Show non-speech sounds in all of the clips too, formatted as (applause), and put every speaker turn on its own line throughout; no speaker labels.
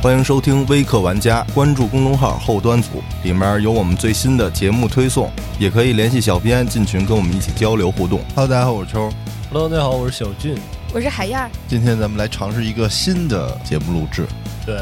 欢迎收听微客玩家，关注公众号后端组，里面有我们最新的节目推送，也可以联系小编进群跟我们一起交流互动。Hello，大家好，我是秋儿。
Hello，大家好，我是小俊。
我是海燕儿，
今天咱们来尝试一个新的节目录制，
对，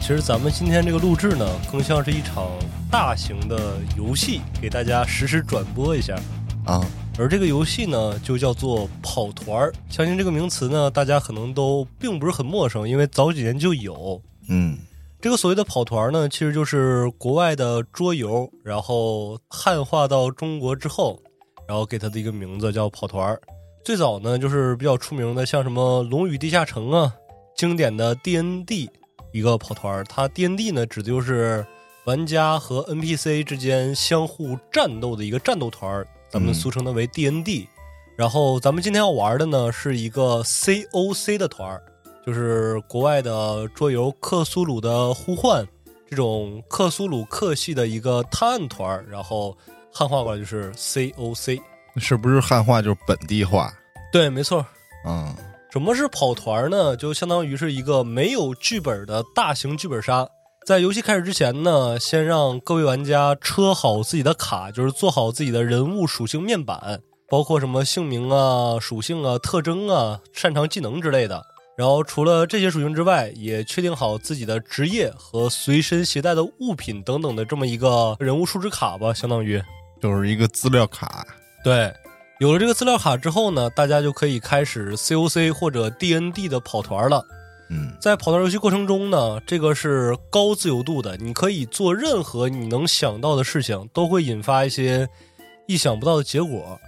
其实咱们今天这个录制呢，更像是一场大型的游戏，给大家实时转播一下。
啊，
而这个游戏呢，就叫做跑团儿。相信这个名词呢，大家可能都并不是很陌生，因为早几年就有。
嗯，
这个所谓的跑团儿呢，其实就是国外的桌游，然后汉化到中国之后，然后给它的一个名字叫跑团儿。最早呢，就是比较出名的，像什么《龙与地下城》啊，经典的 D N D 一个跑团儿。它 D N D 呢，指的就是玩家和 N P C 之间相互战斗的一个战斗团儿，咱们
嗯
俗称它为 D N D。然后咱们今天要玩的呢，是一个 C O C 的团儿，就是国外的桌游《克苏鲁的呼唤》这种克苏鲁克系的一个探案团儿，然后汉化过来就是 C O C。
是不是汉化就是本地化？
对，没错，
嗯，
什么是跑团呢？就相当于是一个没有剧本的大型剧本杀。在游戏开始之前呢，先让各位玩家车好自己的卡，就是做好自己的人物属性面板，包括什么姓名啊、属性啊、特征啊、擅长技能之类的。然后除了这些属性之外，也确定好自己的职业和随身携带的物品等等的这么一个人物数值卡吧，相当于。
就是一个资料卡。
对，有了这个资料卡之后呢，大家就可以开始 COC 或者 DND 的跑团了。
嗯，
在跑团游戏过程中呢，这个是高自由度的，你可以做任何你能想到的事情，都会引发一些意想不到的结果。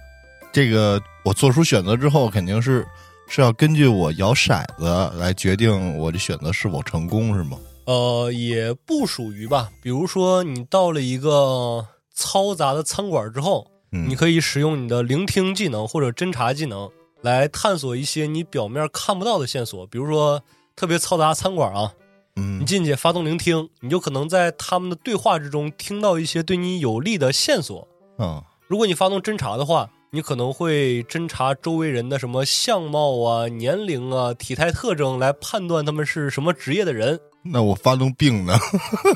这个我做出选择之后，肯定是是要根据我摇骰子来决定我的选择是否成功，是吗？
呃，也不属于吧。比如说，你到了一个嘈杂的餐馆之后，
嗯
你可以使用你的聆听技能或者侦查技能来探索一些你表面看不到的线索。比如说，特别嘈杂的餐馆啊，
嗯
你进去发动聆听，你就可能在他们的对话之中听到一些对你有利的线索。
啊
如果你发动侦查的话，你可能会侦查周围人的什么相貌啊、年龄啊、体态特征，来判断他们是什么职业的人。
那我发动病呢？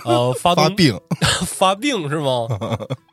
呃，发动
发病，
(laughs) 发病是吗？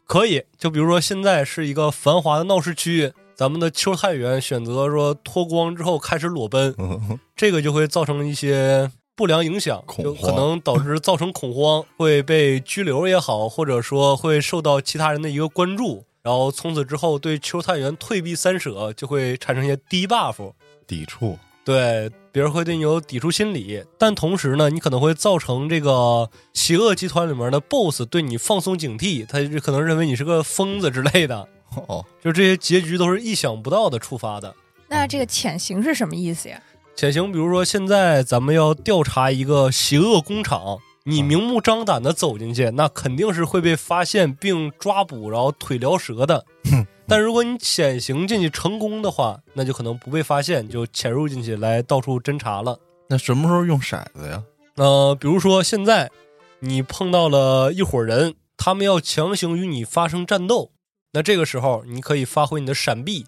可以，就比如说现在是一个繁华的闹市区，咱们的秋太原选择说脱光之后开始裸奔，
(laughs)
这个就会造成一些不良影响，
恐
就可
慌
能导致造成恐慌，会被拘留也好，或者说会受到其他人的一个关注，然后从此之后对秋太原退避三舍，就会产生一些低 buff，
抵触。
对别人会对你有抵触心理，但同时呢，你可能会造成这个邪恶集团里面的 boss 对你放松警惕，他就可能认为你是个疯子之类的，
哦，
就这些结局都是意想不到的触发的。
那这个潜行是什么意思呀？
潜行，比如说现在咱们要调查一个邪恶工厂，你
嗯
明目张胆的走进去，那肯定是会被发现并抓捕，然后腿撩折的。 (laughs) 但如果你潜行进去成功的话，那就可能不被发现，就潜入进去来到处侦查了。
那什么时候用骰子呀？
呃，比如说现在你碰到了一伙人，他们要强行与你发生战斗，那这个时候你可以发挥你的闪避，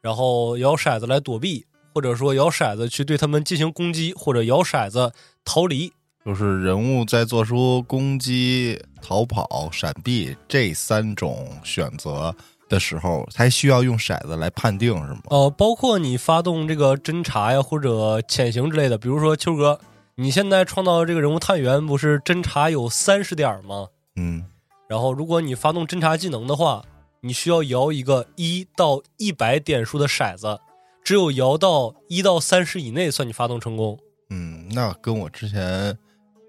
然后摇骰子来躲避，或者说摇骰子去对他们进行攻击，或者摇骰子逃离。
就是人物在做出攻击、逃跑、闪避这三种选择的时候，才需要用骰子来判定，是吗？
呃，包括你发动这个侦查呀，或者潜行之类的。比如说秋哥，你现在创造这个人物探员不是侦查有三十点儿吗？
嗯，
然后，如果你发动侦查技能的话，你需要摇一个一到一百点数的骰子，只有摇到一到三十以内算你发动成功。
嗯，那跟我之前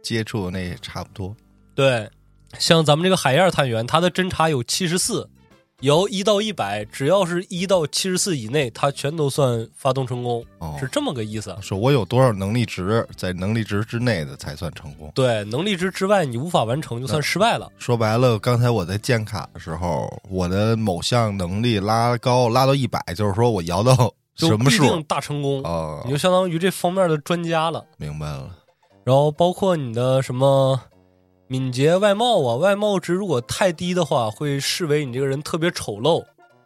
接触的那也差不多。
对，像咱们这个海燕探员，他的侦查有七十四，摇一到一百，只要是一到七十四以内，他全都算发动成功，
哦
是，这么个意思。
说我有多少能力值，在能力值之内的才算成功。
对，能力值之外你无法完成，就算失败了。
说白了，刚才我在建卡的时候，我的某项能力拉高拉到一百，就是说我摇到
就
什么
必定
数？
大成功，
哦
你，就相当于这方面的专家了。
明白了。
然后包括你的什么敏捷外貌啊，外貌值如果太低的话，会视为你这个人特别丑陋。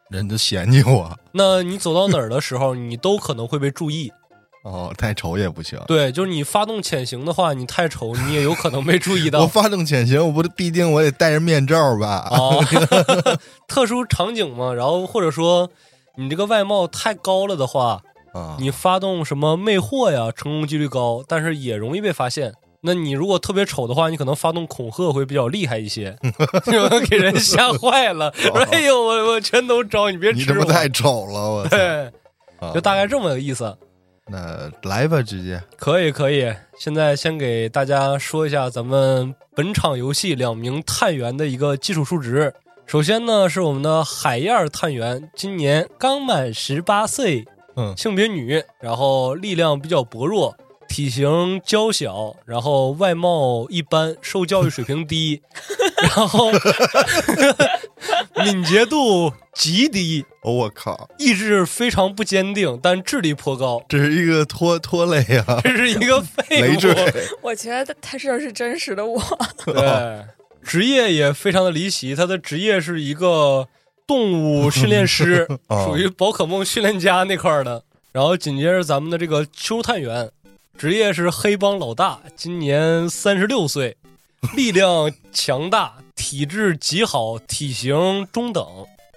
人就嫌弃我
那你走到哪儿的时候，你都可能会被注意。
哦，太丑也不行。
对，就是你发动潜行的话，你太丑，你也有可能被注意
(laughs) 我
到。
发动潜行，我不必定我得戴着面罩吧？ (laughs)
哦，特殊场景嘛，然后或者说你这个外貌太高了的话，
啊，
你发动什么魅惑呀，成功几率高，但是也容易被发现。那你如果特别丑的话，你可能发动恐吓会比较厉害
(laughs)
一些，就给人吓坏了。说哎呦，我我全都招你，别
哦你
吃
他
我
妈。太丑了，我操！
对，
啊
就大概这么个意思。
那来吧，直接
可以，可以。现在先给大家说一下咱们本场游戏两名探员的一个基础数值。首先呢，是我们的海燕儿探员，今年刚满十八岁，
嗯
性别女，然后力量比较薄弱，体型娇小，然后外貌一般，受教育水平低， (laughs) 然后敏捷度极低，
哦，我靠，
意志非常不坚定，但智力颇高。
这是一个拖拖累啊，
这是一个废
累赘
物，
(laughs) 我觉得他这是真实的我，
对，职业也非常的离奇，他的职业是一个动物训练师，
哦
属于宝可梦训练家那块儿的。然后紧接着咱们的这个邱探员，职业是黑帮老大，今年三十六岁， (laughs) 力量强大，体质极好，体型中等，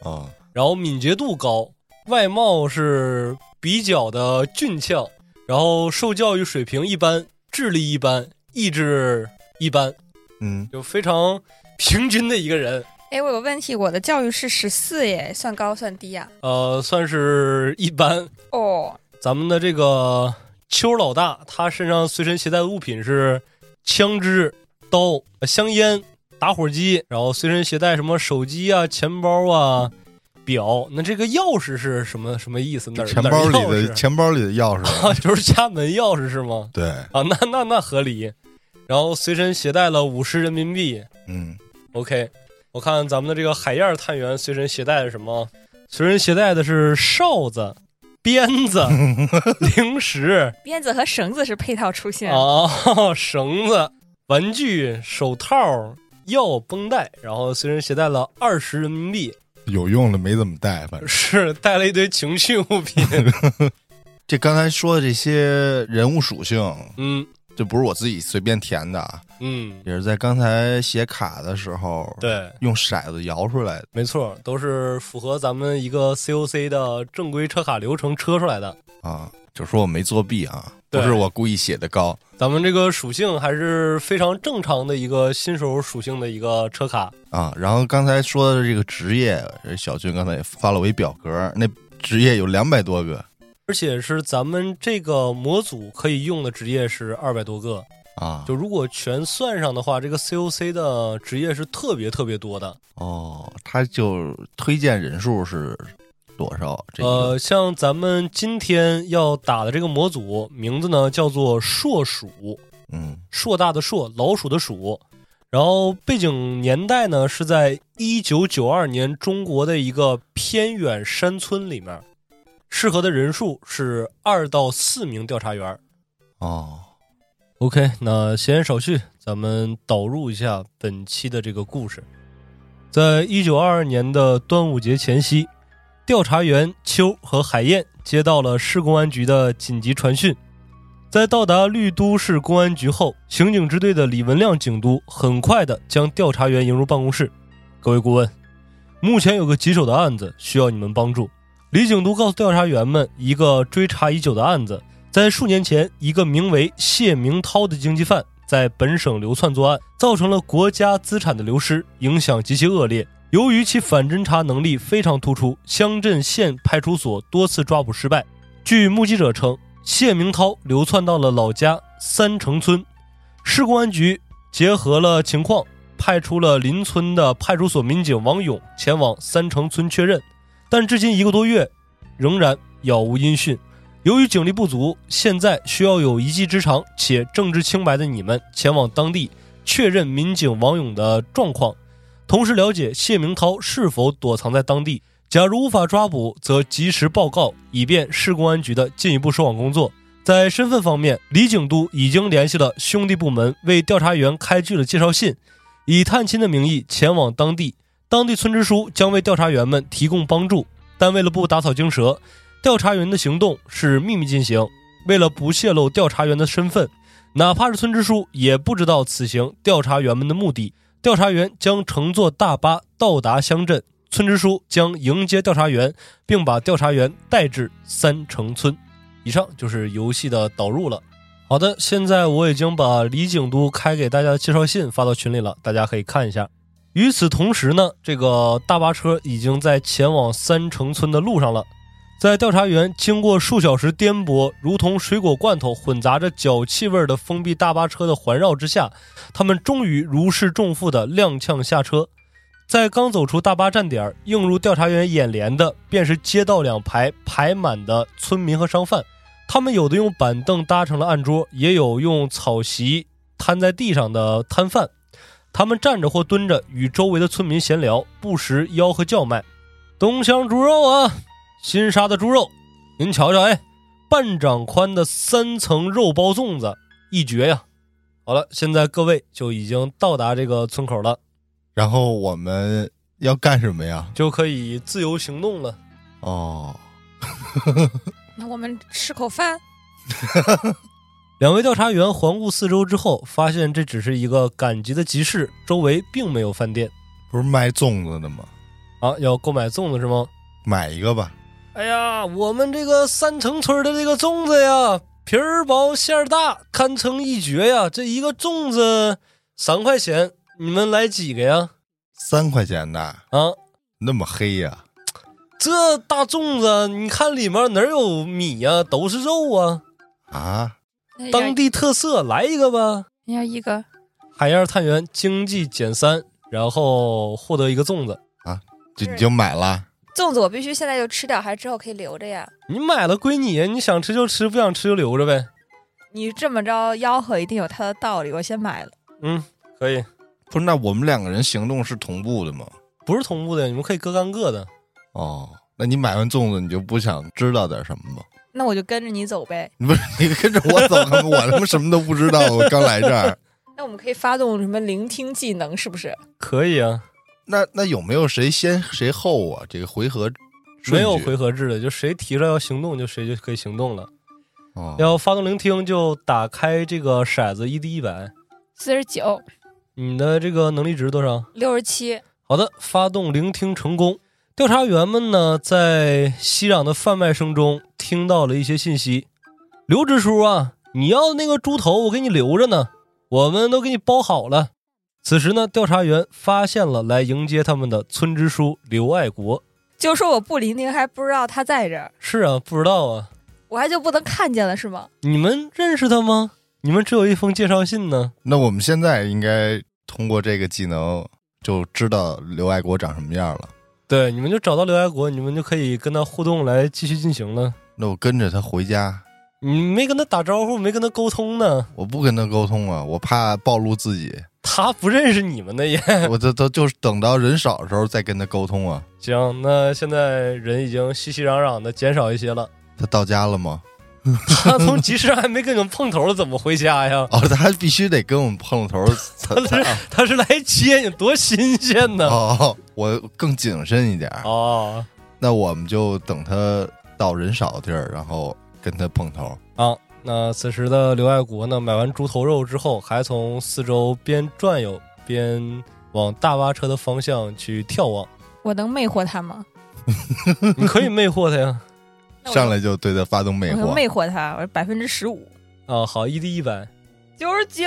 啊！
然后敏捷度高，外貌是比较的俊俏，然后受教育水平一般，智力一般，意志一般。
嗯，
就非常平均的一个人，
哎，我有问题，我的教育是十四耶，算高算低呀、
呃，算是一般。
哦，
咱们的这个邱老大，他身上随身携带的物品是枪支、刀、呃香烟、打火机，然后随身携带什么手机啊、钱包啊、表。那这个钥匙是什么什么意思？哪儿
钱包里
哪儿
的
钥匙
钱包里的钥啊匙， (laughs)
啊， (laughs) 就是家门钥匙是吗？
对，
啊，那那那合理。然后随身携带了五十人民币，
嗯，
OK，我看咱们的这个海燕儿探员随身携带的什么？随身携带的是哨子、鞭子、零食
鞭子和绳子是配套出现。
啊、绳子、玩具、手套、药、绷带，然后随身携带了二十人民币，
有用了没怎么带，反正
是带了一堆情趣物品。
这刚才说的这些人物属性，
嗯
这不是我自己随便填的，啊，
嗯，
也是在刚才写卡的时候，，
对，
用骰子摇出来的。
没错，都是符合咱们一个 COC 的正规车卡流程车出来的。
啊，就说我没作弊啊，不
对
是我故意写的高。
咱们这个属性还是非常正常的一个新手属性的一个车卡。
啊，然后刚才说的这个职业，小俊刚才也发了我一表格，那职业有两百多个
而且是咱们这个模组可以用的职业是二百多个，
啊。
就如果全算上的话，这个 COC 的职业是特别特别多的。
哦，他就推荐人数是多少？这个
呃，像咱们今天要打的这个模组，名字呢叫做硕鼠，
嗯
硕大的硕，老鼠的鼠。然后背景年代呢是在一九九二年中国的一个偏远山村里面，适合的人数是二到四名调查员儿。
哦，
OK，那闲言少叙，咱们导入一下本期的这个故事。在一九二二年的端午节前夕，调查员邱和海燕接到了市公安局的紧急传讯。在到达绿都市公安局后，刑警支队的李文亮警督很快的将调查员迎入办公室。各位顾问，目前有个棘手的案子需要你们帮助。李警督告诉调查员们一个追查已久的案子，在数年前，一个名为谢明涛的经济犯在本省流窜作案，造成了国家资产的流失，影响极其恶劣。由于其反侦查能力非常突出，乡镇县派出所多次抓捕失败。据目击者称，谢明涛流窜到了老家三城村，市公安局结合了情况，派出了邻村的派出所民警王勇前往三城村确认，但至今一个多月，仍然杳无音讯。由于警力不足，现在需要有一技之长且政治清白的你们前往当地确认民警王勇的状况，同时了解谢明涛是否躲藏在当地。假如无法抓捕，则及时报告，以便市公安局的进一步收网工作。在身份方面，李警督已经联系了兄弟部门，为调查员开具了介绍信，以探亲的名义前往当地。当地村支书将为调查员们提供帮助，但为了不打草惊蛇，调查员的行动是秘密进行，为了不泄露调查员的身份，哪怕是村支书也不知道此行调查员们的目的。调查员将乘坐大巴到达乡镇，村支书将迎接调查员，并把调查员带至三城村。以上就是游戏的导入了。好的，现在我已经把李景都开给大家的介绍信发到群里了，大家可以看一下。与此同时呢，这个大巴车已经在前往三城村的路上了。在调查员经过数小时颠簸、如同水果罐头混杂着脚气味的封闭大巴车的环绕之下，他们终于如释重负地踉跄下车。在刚走出大巴站点儿，映入调查员眼帘的便是街道两排排满的村民和商贩。他们有的用板凳搭成了案桌，也有用草席摊在地上的摊贩。他们站着或蹲着，与周围的村民闲聊，不时吆喝叫卖：“东乡猪肉啊，新杀的猪肉，您瞧瞧，哎，半掌宽的三层肉包粽子，一绝呀！”好了，现在各位就已经到达这个村口了，
然后我们要干什么呀？
就可以自由行动了。
哦，
那我们吃口饭，
两位调查员环顾四周之后，发现这只是一个赶集的集市，周围并没有饭店
不是卖粽子的吗？
啊。要购买粽子是吗？
买一个吧。
哎呀，我们这个三城村的这个粽子呀，皮儿薄馅儿大，堪称一绝呀！这一个粽子三块钱，你们来几个呀？
三块钱的，
啊，
那么黑呀、
这大粽子，你看里面哪儿有米呀、都是肉啊，
啊？
哎
当地特色，来一个吧。
你要一个
海燕探员经济减三，然后获得一个粽子。
这
是
你就买了？
粽子，我必须现在就吃掉，还是之后可以留着呀？
你买了归你，你想吃就吃，不想吃就留着呗。
你这么着吆喝一定有它的道理，我先买了。
嗯，可以，
不是，那我们两个人行动是同步的吗？
不是同步的，你们可以各干各的。
哦，那你买完粽子，你就不想知道点什么吗？ (laughs)
那我就跟着你走呗。
你不是你跟着我走，干嘛我他妈什么都不知道，我刚来这
(laughs)
儿。
那我们可以发动什么聆听技能，是不是？
可以啊，
那那有没有谁先谁后啊？这个回合
没有
顺序
回合制的，就谁提出来要行动，就谁就可以行动了。
哦，
要发动聆听，就打开这个骰子一 d 一百，
四十九、
你的这个能力值多少？
六十七，
好的，发动聆听成功。调查员们呢，在熙攘的贩卖声中听到了一些信息。刘支书啊，你要的那个猪头，我给你留着呢，我们都给你包好了。此时呢，调查员发现了来迎接他们的村支书刘爱国。
就说我不聆听，还不知道他在这儿，
是啊，不知道啊，
我还就不能看见了是吗？
你们认识他吗？你们只有一封介绍信呢。
那我们现在应该通过这个技能就知道刘爱国长什么样了。
对，你们就找到刘爱国，你们就可以跟他互动来继续进行了。
那我跟着他回家，
你没跟他打招呼，没跟他沟通呢，
我不跟他沟通啊，我怕暴露自
(laughs)
己。
他不认识你们的也。
我这都就是等到人少的时候再跟他沟通啊。
行，那现在人已经熙熙攘攘的减少一些了。 (laughs)
他到家了吗？
他从集市上还没跟你们碰头了，怎么回家呀？
哦，他必须得跟我们碰了头儿
(laughs)
才
他是他是来接你，多新鲜呢！
哦，我更谨慎一点儿。
哦
那我们就等他到人少的地儿，然后跟他碰头。
啊，那此时的刘爱国呢，买完猪头肉之后，还从四周边转悠边往大巴车的方向去眺望。
我能魅惑他吗？
你可以魅惑他呀！
那我
上来就对他发动魅
我能
惑。
魅惑他，我百分之十五，
啊，好，一滴一百，
九十九，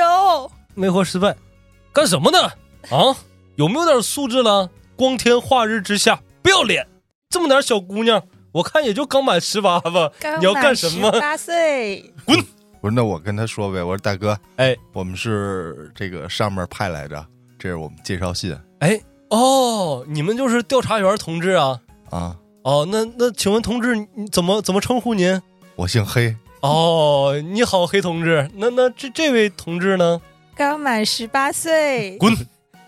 魅惑失败，干什么呢？啊，有没有点素质了？光天化日之下，不要脸！这么点小姑娘，我看也就刚满十八吧。
刚
你要干什么
满十八岁，
不是，那我跟他说呗，我说大哥，
哎，
我们是这个上面派来着，这是我们介绍信
哎，哦，你们就是调查员同志啊？
啊。
哦，那那请问同志你怎么怎么称呼您？
我姓黑，
哦，你好，黑同志。那那这这位同志呢？
刚满十八岁，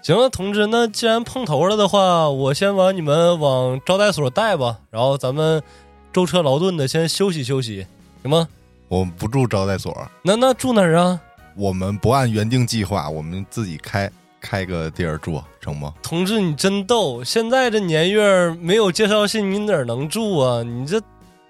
行了，同志，那既然碰头了的话，我先把你们往招待所带吧，然后咱们舟车劳顿的先休息休息，行吗？
我们不住招待所，
那那住哪儿啊？
我们不按原定计划，我们自己开开个地儿住，成吗？
同志，你真逗！现在这年月儿没有介绍信，你哪儿能住啊？你这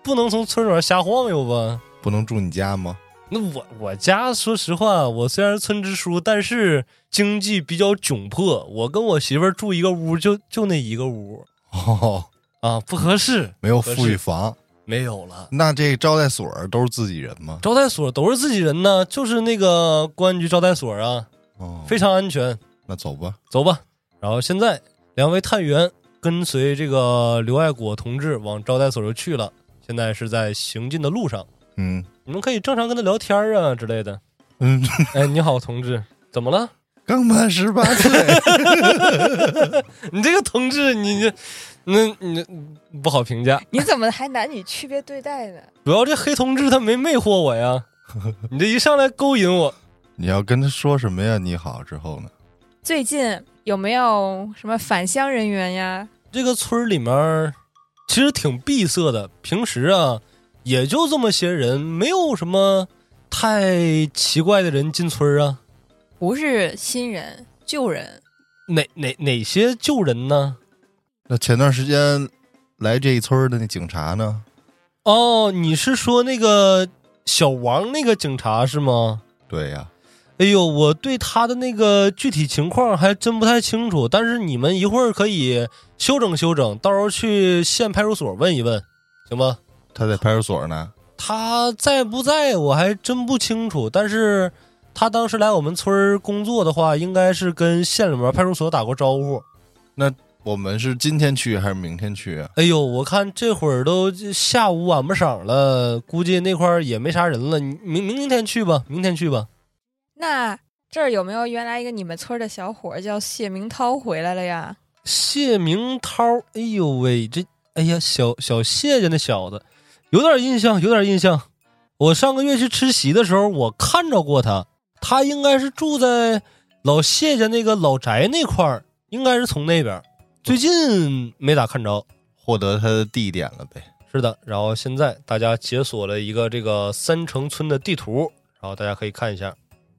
不能从村里面瞎晃悠吧？
不能住你家吗？
那我我家说实话，我虽然是村支书，但是经济比较窘迫。我跟我媳妇儿住一个屋就，就那一个屋
哦，
啊，不合适，
没有
合
富裕
适
房，
没有了。
那这招待所儿都是自己人吗？
招待所都是自己人呢，就是那个公安局招待所啊，
哦，
非常安全。
那走吧。
走吧。然后现在两位探员跟随这个刘爱国同志往招待所就去了，现在是在行进的路上，
嗯
你们可以正常跟他聊天啊之类的。
嗯，
哎，你好，同志，怎么了？
刚满十八岁，
你这个同志，你这，那你不好评价。
你怎么还男女区别对待呢？
主要这黑同志他没魅惑我呀，你这一上来勾引我，
(laughs) 你要跟他说什么呀？你好之后呢？
最近有没有什么返乡人员呀？
这个村儿里面儿其实挺闭塞的，平时啊也就这么些人，没有什么太奇怪的人进村儿啊。
不是新人，旧人。
哪哪哪些救人呢？
那前段时间来这一村儿的那警察呢？
哦，你是说那个小王那个警察是吗？
对呀、
哎呦，我对他的那个具体情况还真不太清楚，但是你们一会儿可以修整修整，到时候去县派出所问一问，行吧？
他在派出所呢。
他在不在我还真不清楚，但是他当时来我们村儿工作的话，应该是跟县里面派出所打过招呼。
我们是今天去还是明天去啊？
哎呦，我看这会儿都下午晚不晌了，估计那块儿也没啥人了。你明明天去吧，明天去吧。
那这儿有没有原来一个你们村儿的小伙儿叫谢明涛回来了呀？
谢明涛，哎呦喂，这哎呀，小小谢家那小子，有点印象，有点印象。我上个月去吃席的时候，我看着过他，他应该是住在老谢家那个老宅那块儿，应该是从那边儿。最近没咋看着。
获得他的地点了呗。
是的，然后现在大家解锁了一个这个三城村的地图，然后大家可以看一下。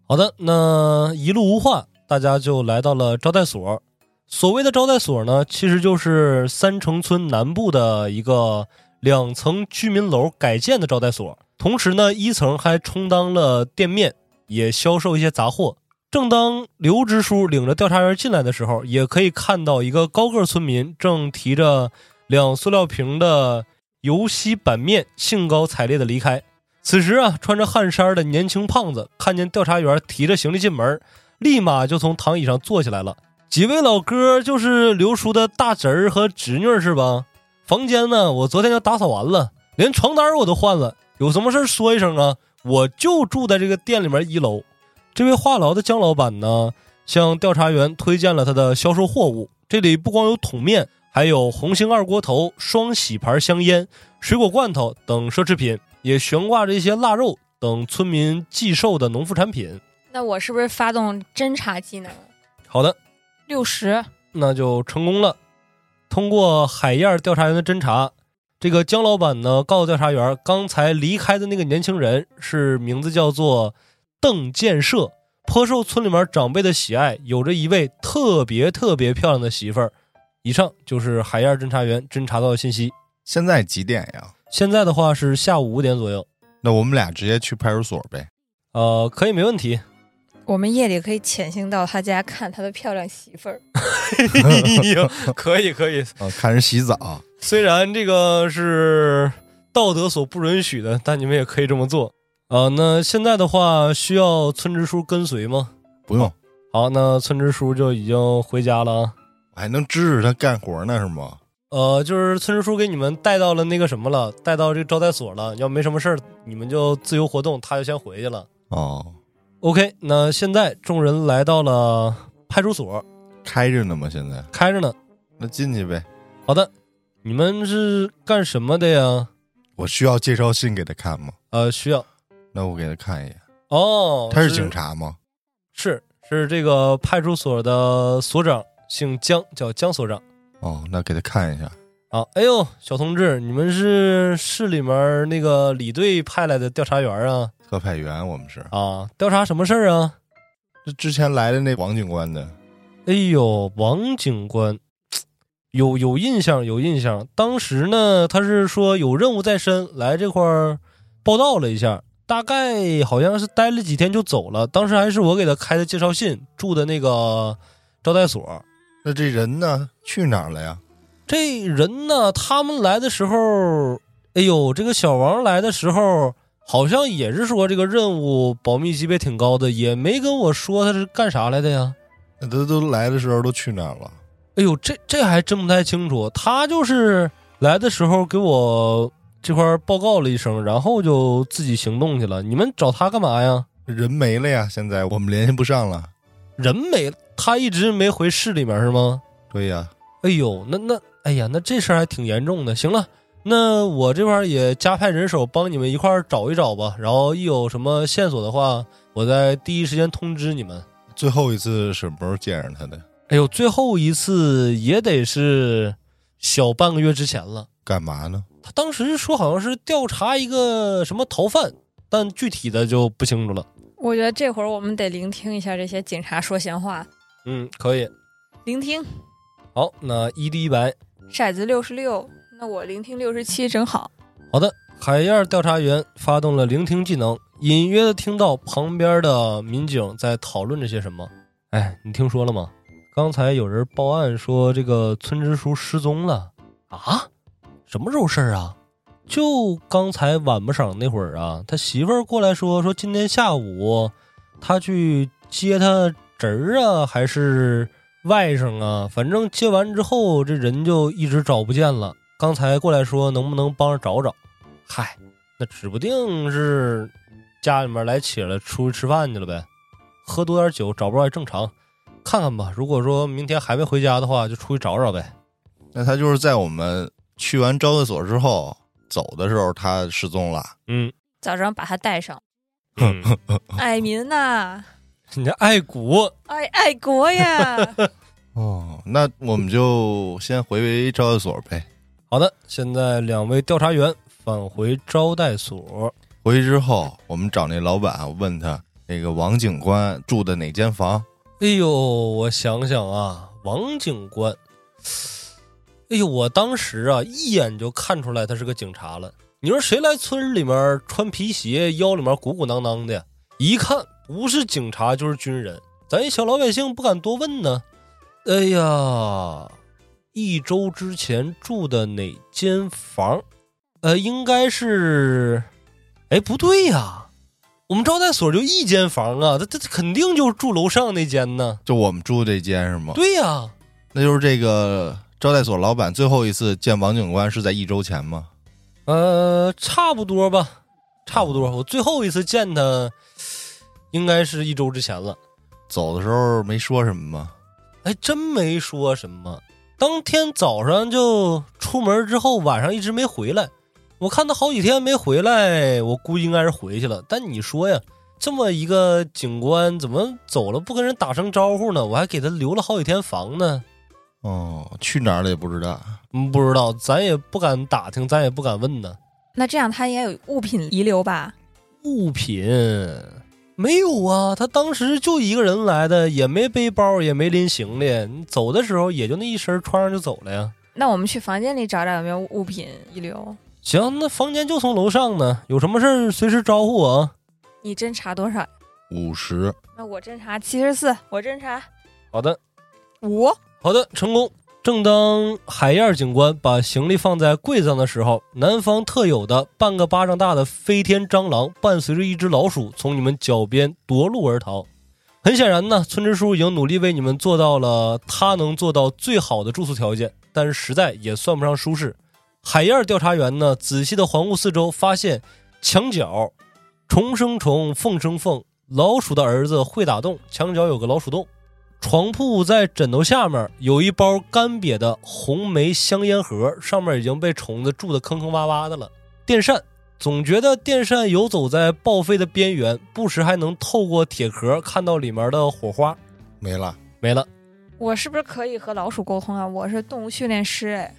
好的，那一路无话，大家就来到了招待所。所谓的招待所呢，其实就是三城村南部的一个两层居民楼改建的招待所，同时呢，一层还充当了店面，也销售一些杂货。正当刘支书领着调查员进来的时候，也可以看到一个高个儿村民正提着两塑料瓶的 (laughs) 油漆板面兴高采烈地离开。此时啊，穿着汗衫的年轻胖子看见调查员提着行李进门，立马就从躺椅上坐起来了。几位老哥就是刘叔的大侄儿和侄女是吧？房间呢，我昨天就打扫完了，连床单我都换了。有什么事儿说一声啊，我就住在这个店里面一楼。这位话痨的姜老板呢，向调查员推荐了他的销售货物。这里不光有桶面，还有红星二锅头、双喜牌香烟、水果罐头等奢侈品，也悬挂着一些腊肉等村民寄售的农副产品。
那我是不是发动侦查技能？
好的，
六十，
那就成功了。通过海燕调查员的侦查，这个姜老板呢告诉调查员，刚才离开的那个年轻人是名字叫做邓建设，颇受村里面长辈的喜爱，有着一位特别特别漂亮的媳妇儿。以上就是海燕侦查员侦查到的信息。
现在几点呀？
现在的话是下午五点左右，
那我们俩直接去派出所呗。
呃，可以没问题。
我们夜里可以潜行到他家看他的漂亮媳妇儿。
(laughs) 哎呦，可以可以。
啊，看人洗澡。
虽然这个是道德所不允许的，但你们也可以这么做啊、那现在的话，需要村支书跟随吗？
不用，
好，那村支书就已经回家了啊。
我还能支持他干活呢，是吗？
呃，就是村支书给你们带到了那个什么了，带到这个招待所了。要没什么事儿，你们就自由活动，他就先回去了。
哦，
OK，那现在众人来到了派出所，
开着呢吗？现在
开着呢。
那进去呗。
好的，你们是干什么的呀？
我需要介绍信给他看吗？
呃，需要
那我给他看一眼。
哦，
他是警察吗？
是是这个派出所的所长，姓姜，叫姜所长
哦，那给他看一下。
啊。哎呦，小同志，你们是市里面那个李队派来的调查员啊？
特派员，我们是
啊，调查什么事儿啊？
这之前来的那王警官的。
哎呦，王警官，有有印象，有印象。当时呢，他是说有任务在身，来这块儿报道了一下，大概好像是待了几天就走了。当时还是我给他开的介绍信，住的那个招待所。
那这人呢，去哪儿了呀？
这人呢，他们来的时候，哎呦，这个小王来的时候，好像也是说这个任务保密级别挺高的，也没跟我说他是干啥来的呀。
那都都来的时候都去哪儿了？
哎呦，这这还真不太清楚。他就是来的时候给我这块儿报告了一声，然后就自己行动去了。你们找他干嘛呀？
人没了呀，现在我们联系不上了。
人没，他一直没回市里面是吗？
对呀，
哎呦，那那，哎呀，那这事儿还挺严重的。行了，那我这块儿也加派人手帮你们一块儿找一找吧。然后一有什么线索的话，我再第一时间通知你们。
最后一次什么时候见着他的？
哎呦，最后一次也得是小半个月之前了。
干嘛呢？
他当时说好像是调查一个什么逃犯，但具体的就不清楚了。
我觉得这会儿我们得聆听一下这些警察说闲话，
嗯，可以。
聆听
好，那一滴一白。
骰子六十六，那我聆听六十七正好。
好的，海燕调查员发动了聆听技能，隐约的听到旁边的民警在讨论着些什么。哎，你听说了吗？刚才有人报案说这个村支书失踪了啊？什么时候事儿啊？就刚才晚不晌那会儿啊，他媳妇儿过来说说今天下午他去接他侄儿啊，还是外甥啊，反正接完之后这人就一直找不见了。刚才过来说能不能帮着找找，嗨，那指不定是家里面来起了，出去吃饭去了呗，喝多点酒找不着也正常，看看吧。如果说明天还没回家的话，就出去找找呗。
那他就是在我们去完招待所之后走的时候，他失踪了。
嗯，
早上把他带上，
嗯
爱民呐、
你这爱国，
爱爱国呀！
哦，那我们就先回招待所呗。
好的，现在两位调查员返回招待所。
回去之后，我们找那老板问他那个王警官住的哪间房。
哎呦，我想想啊，王警官，哎呦，我当时啊一眼就看出来他是个警察了。你说谁来村里面穿皮鞋，腰里面鼓鼓囊囊的，一看不是警察就是军人，咱小老百姓不敢多问呢。哎呀，一周之前住的哪间房？呃，应该是，哎，不对呀、我们招待所就一间房啊，他他他肯定就住楼上那间呢。
就我们住这间是吗？
对呀、
那就是这个招待所老板最后一次见王警官是在一周前吗？
呃，差不多吧，差不多。我最后一次见他，应该是一周之前了。
走的时候没说什么吗？
还真没说什么。当天早上就出门之后，晚上一直没回来。我看他好几天没回来，我估计应该是回去了。但你说呀，这么一个警官怎么走了不跟人打声招呼呢？我还给他留了好几天房呢。
哦，去哪儿了也不知道。
嗯，不知道，咱也不敢打听，咱也不敢问呢。
那这样他也有物品遗留吧？
物品没有啊，他当时就一个人来的，也没背包，也没拎行李，你走的时候也就那一身穿上就走了呀。
那我们去房间里找找有没有物品遗留。
行，那房间就从楼上呢，有什么事儿随时招呼我啊。
你侦查多少？
五十，
那我侦查七十四，我侦查
好的，
五。
好的，成功。正当海燕警官把行李放在柜子上的时候，南方特有的半个巴掌大的飞天蟑螂伴随着一只老鼠从你们脚边夺路而逃。很显然呢，村支书已经努力为你们做到了他能做到最好的住宿条件，但是实在也算不上舒适。海燕调查员呢，仔细的环顾四周，发现墙角虫生虫，凤生凤，老鼠的儿子会打洞， (laughs) 墙角有个老鼠洞。床铺在枕头下面有一包干瘪的红梅香烟盒，上面已经被虫子蛀得坑坑洼洼的了。电扇总觉得电扇游走在报废的边缘，不时还能透过铁壳看到里面的火花。
没了。
没了，
我是不是可以和老鼠沟通啊？我是动物训练师哎。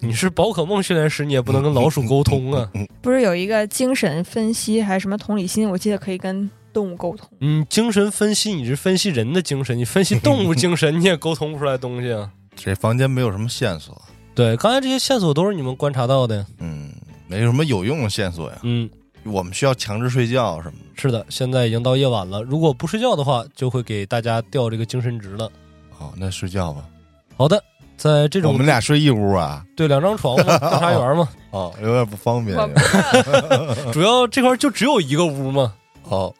你是宝可梦训练师，你也不能跟老鼠沟通啊。
不是有一个精神分析还是什么同理心？我记得可以跟动物沟通。
嗯，精神分析你是分析人的精神，你分析动物精神你也沟通不出来东西 (laughs) 啊。
这房间没有什么线索，
对，刚才这些线索都是你们观察到的。
嗯，没有什么有用的线索呀。
嗯，
我们需要强制睡觉什么的。
是的，现在已经到夜晚了，如果不睡觉的话，就会给大家掉这个精神值了。
哦，那睡觉吧。
好的，在这
我
种
们俩睡一屋啊？
对两张床
(laughs)
嘛，大沙园嘛，
哦，有点不方便。
我不是要
嗯
主要这块儿就只有一个屋嘛。
哦，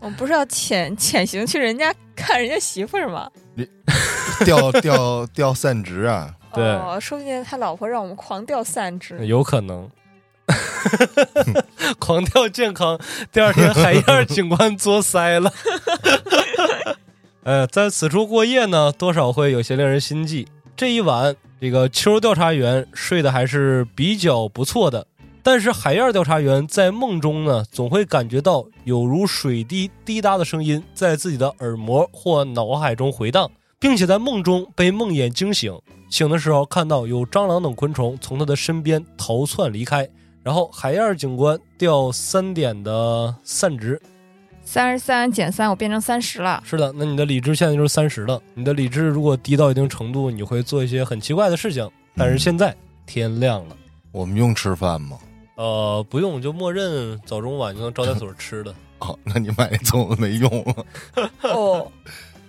我不是要潜潜行去人家看人家媳妇儿吗？
掉掉掉散值啊！
对哎
哦，说不定他老婆让我们狂掉散值。
呃有可能。 (laughs) 狂掉健康，第二天海燕警官作腮了。 (laughs) 呃，在此处过夜呢，多少会有些令人心悸。这一晚，这个秋调查员睡得还是比较不错的，但是海燕调查员在梦中呢，总会感觉到有如水滴滴答的声音在自己的耳膜或脑海中回荡，并且在梦中被梦魇惊醒。醒的时候看到有蟑螂等昆虫从他的身边逃窜离开，然后海燕警官掉三点的散值。
三十三减三，我变成三
(laughs)
十了。
是的，那你的理智现在就是三十了。你的理智如果低到一定程度，你会做一些很奇怪的事情。但是现在天亮了，
我们用吃饭吗？
呃，不用就默认早中晚就能招待所吃的。
哦，那你买那粽子没用了。
哦，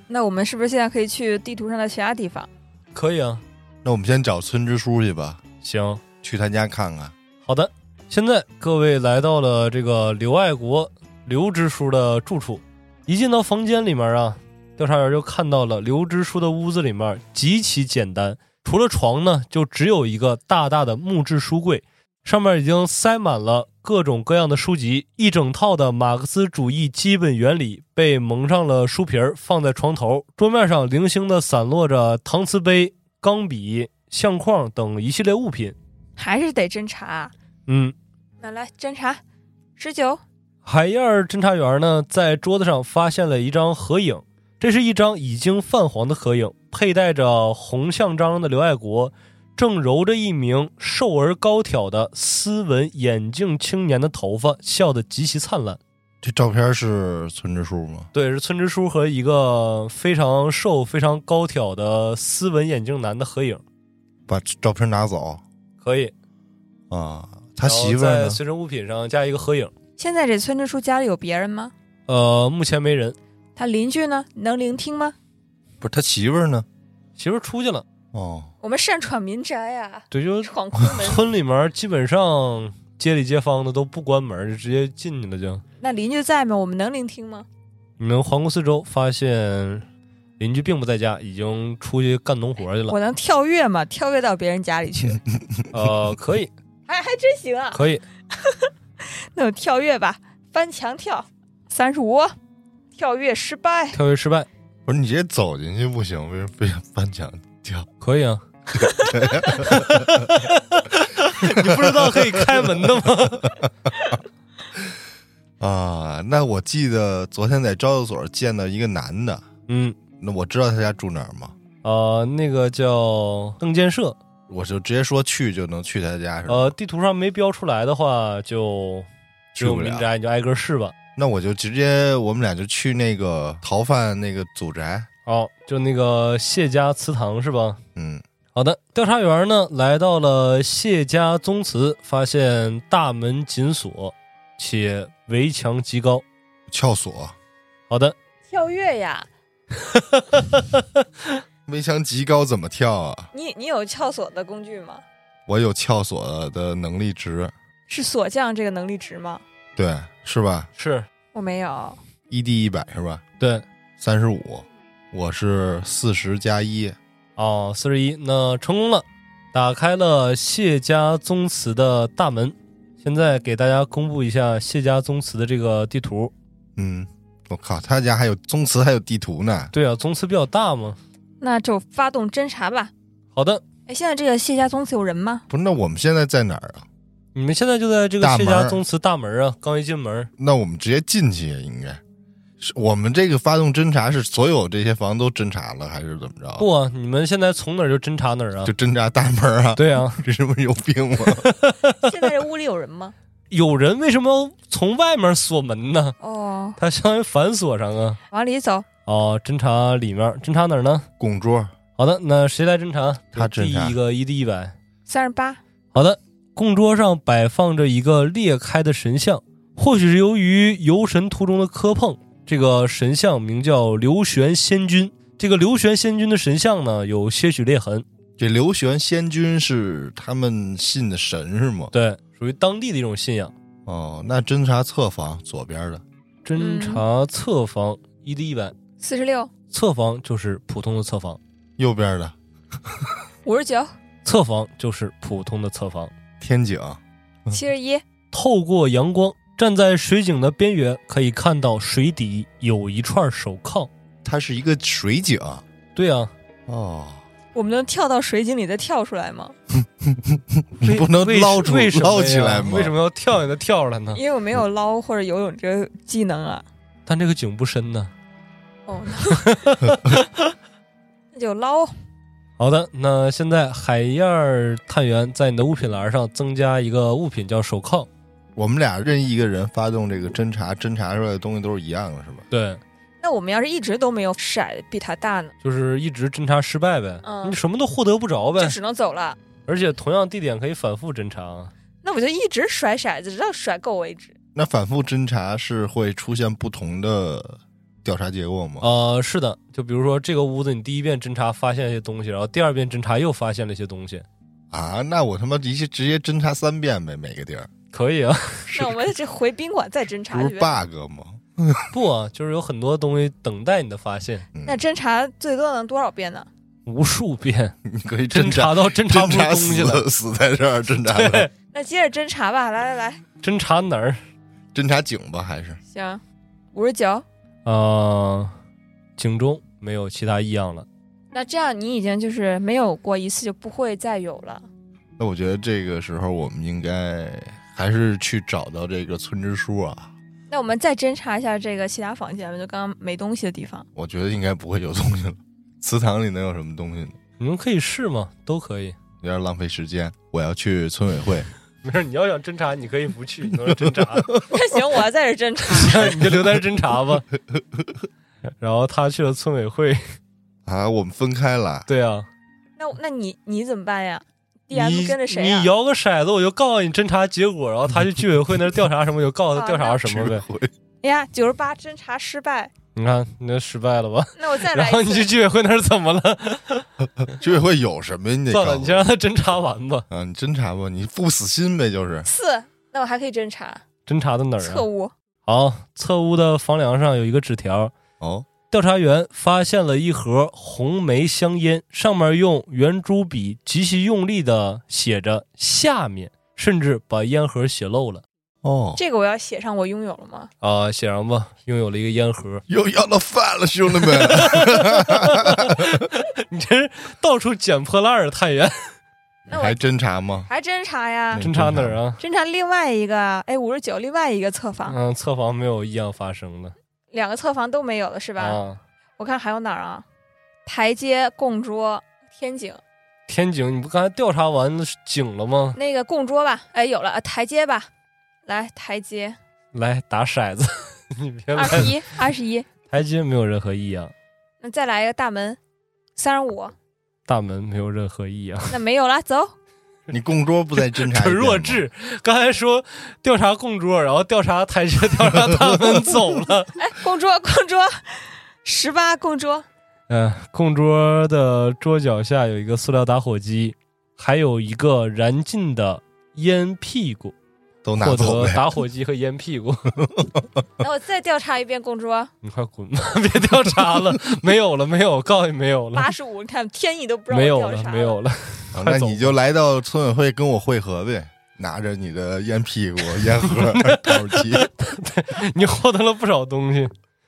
那我们是不是现在可以去地图上的其他地方？
可以啊，
那我们先找村支书去吧，
行，
去他家看看。
好的。现在各位来到了这个刘爱国刘支书的住处，一进到房间里面啊，调查员就看到了刘支书的屋子里面极其简单，除了床呢，就只有一个大大的木质书柜，上面已经塞满了各种各样的书籍，一整套的马克思主义基本原理被蒙上了书皮儿，放在床头，桌面上零星的散落着搪瓷杯、钢笔、相框等一系列物品。
还是得侦查？
嗯，
那来侦查，十九，
海燕儿侦查员呢，在桌子上发现了一张合影，这是一张已经泛黄的合影，佩戴着红象章的刘爱国，正揉着一名瘦而高挑的斯文眼镜青年的头发，笑得极其灿烂。
这照片是村支书吗？
对，是村支书和一个非常瘦、非常高挑的斯文眼镜男的合影。
把照片拿走
可以，
啊！他媳妇
然后
儿
在
呢？
随身物品上加一个合影。
现在这村支书家里有别人吗？
呃，目前没人，
他邻居呢？能聆听吗？
不是他媳妇儿呢？
媳妇儿出去了。
哦，
我们擅闯民宅啊，
对，就
闯空
(laughs)
门。
村里面基本上街里街坊的都不关门，就直接进去了就。
那邻居在吗？我们能聆听吗？
你们环顾四周，发现邻居并不在家，已经出去干农活去了。
我能跳跃吗？跳跃到别人家
(laughs)
里去，
(laughs)
呃，可以，
还还真行啊！
可以，
那我跳跃吧，翻墙跳，三十五，跳跃失败。
跳跃失败，
不是你直接走进去不行，为什么非要翻墙跳？
可
(laughs)
以啊。你不知道可以开门的
(laughs)
吗？
啊，那我记得昨天在招待所见到一个男的，
嗯，
那我知道他家住哪儿吗？
呃，那个叫邓建设，
我就直接说去就能去他家是吧？
呃，地图上没标出来的话，就
去
只有
不
民
了。
宅，你就挨个试吧。
那我就直接我们俩就去那个逃犯那个祖宅，
哦，就那个谢家祠堂是吧？
嗯，
好的，调查员呢来到了谢家宗祠，发现大门紧锁，且围墙极高。
撬锁，
好的，
跳跃呀！
围墙极高怎么跳啊？
你你有撬锁的工具吗？
我有撬锁的能力值，
是锁匠这个能力值吗？
对，是吧？
是
我没有，
一 d 一百是吧？
对
三十五，我是四十加一，
哦，四十一，那成功了，打开了谢家宗祠的大门。现在给大家公布一下谢家宗祠的这个地图。
嗯，我靠，他家还有宗祠，还有地图呢，
对啊，宗祠比较大嘛。
那就发动侦查吧。
好的，
哎，现在这个谢家宗祠有人吗？ (laughs)
不是？那我们现在在哪儿啊？
你们现在就在这个
大
谢
门
家宗祠大门啊，刚一进门，
那我们直接进去应该是我们这个发动侦查是所有这些房都侦查了，还是怎么着？
不啊，你们现在从哪儿就侦查哪儿啊
就？侦查大门啊？
对啊，
这是不是有病啊吗？
现在这屋里有人吗？
有人为什么要从外面锁门呢？
哦，
他相当于反锁上啊。
往里走，
哦，侦查里面，侦查哪儿呢？
拱桌，
好的，那谁来侦查？
他侦查
第一个一 d 一百。
三十八，
好的，供桌上摆放着一个裂开的神像，或许是由于游神途中的磕碰，这个神像名叫刘玄仙君。这个刘玄仙君的神像呢，有些许裂痕，
这刘玄仙君是他们信的神是吗？
对，属于当地的一种信仰。
哦，那侦查侧房左边的
侦查侧房一的一百，
四十六、
侧房就是普通的侧房，
右边的
五十九、
侧房就是普通的侧房。
天井，
七十一，
透过阳光，站在水井的边缘，可以看到水底有一串手铐。
它是一个水井
对啊，
哦，
我们能跳到水井里再跳出来吗？
(laughs) 你不能
为
捞出
为什么呀
捞起来吗
为什么要跳也得跳出
(laughs)
来呢？
因为我没有捞或者游泳这个技能啊。
但这个井不深呢。
哦，那就捞。
好的，那现在海燕儿探员在你的物品栏上增加一个物品，叫手铐。
我们俩任意一个人发动这个侦查，侦查出来的东西都是一样的，是吧？
对，
那我们要是一直都没有骰比他大呢，
就是一直侦查失败呗，
嗯
你什么都获得不着呗
就，只能走了。
而且同样地点可以反复侦查啊。
那我就一直甩骰子，直到甩够为止。
那反复侦查是会出现不同的调查结果吗？
呃，是的，就比如说这个屋子，你第一遍侦查发现了一些东西，然后第二遍侦查又发现了一些东西，
啊，那我他妈直接直接侦查三遍呗，每个地儿，
可以啊。
那我们这回宾馆再侦查
不
一
是
遍。
bug 吗？ (laughs)
不啊，就是有很多东西等待你的发现，
嗯
那侦查最多能多少遍呢？
无数遍 (laughs)
你可以
侦
查
查 (laughs) 到侦
(laughs) 侦
查不出
查
东西来，
死死在这儿，侦查了
(laughs) 对，
那接着侦查吧，来来来，
侦查哪儿？
侦查井吧，还是
行，五十九。
呃，警钟没有其他异样了。
那这样你已经就是没有过一次就不会再有了。
那我觉得这个时候我们应该还是去找到这个村支书啊。
那我们再侦查一下这个其他房间吧，就刚刚没东西的地方。
我觉得应该不会有东西了。祠堂里能有什么东西呢？
你们可以试吗？都可以。
有点浪费时间。我要去村委会。
没事，你要想侦查，你可以不 (laughs) 去，你能侦查，
那 (laughs) 行，我要在这侦查。
(laughs) 你就留在侦查吧。 (laughs) 然后他去了村委会，
(laughs) 啊，我们分开了。
对啊，
(laughs) 那那你你怎么办呀
你
？DM 跟着谁啊呀、
你摇个骰子，我就告诉你侦查结果，然后他去居委会那儿调查什么，我就告诉他调查什么呗。
村委会？
哎呀，九十八侦查失败，
你看，你这失败了吧？
那我再
然
来
后
一
你去
次。
居委会那儿怎么了？
居委会有什么？你得
算
告
了，
诉
你
我
先让他侦查完吧。
啊，你侦查吧，你不死心呗，就是
四，那我还可以侦查
侦查到哪儿
侧
啊？
屋。
好，侧屋的房梁上有一个纸条，
哦，
调查员发现了一盒红梅香烟，上面用圆珠笔极其用力的写着“下面”，甚至把烟盒写漏了。
哦，
这个我要写上我拥有了吗？
啊、写上吧，拥有了一个烟盒，
又要到饭了，兄弟 (laughs) 们。
(laughs) 你这是到处捡破烂儿的探员，
你
那我
还侦查吗？
还侦查呀
嗯，
侦查哪儿啊？
侦查另外一个，哎，五十九，另外一个侧房，
嗯，侧房没有异样发生的，
两个侧房都没有了是吧？
啊，
我看还有哪儿啊？台阶、供桌、天井，
天井，你不刚才调查完井了吗？
那个供桌吧，哎，有了，呃台阶吧，来台阶，
来打骰子， (laughs) 你别
二
来
十一，二十一，
台阶没有任何异样，
那再来一个大门，三十五，
大门没有任何异
(laughs)
样。
那没有了，走，
你供桌不再侦查？
很弱。智。刚才说调查供桌，然后调查台阶，调查大门走
(laughs)
了。
哎，供桌， (laughs) 供桌，十八，供桌，
嗯，供桌的桌脚下有一个塑料打火机，还有一个燃尽的烟屁股，
都拿
获
走
得
呗。
打火机和烟屁股。 (laughs)
那我再调查一遍供桌，
你快滚吧， (laughs) 别调
(laughs)
查了，没有了，没有，我告诉你没有了
八，十五，你看天意都不让
没有
我调
了，
查，
没有了。 (laughs)
啊
快
那
走
你就来到村委会跟我会合呗，拿着你的烟屁股、烟 (laughs) 盒、打火机，
你获得了不少东西，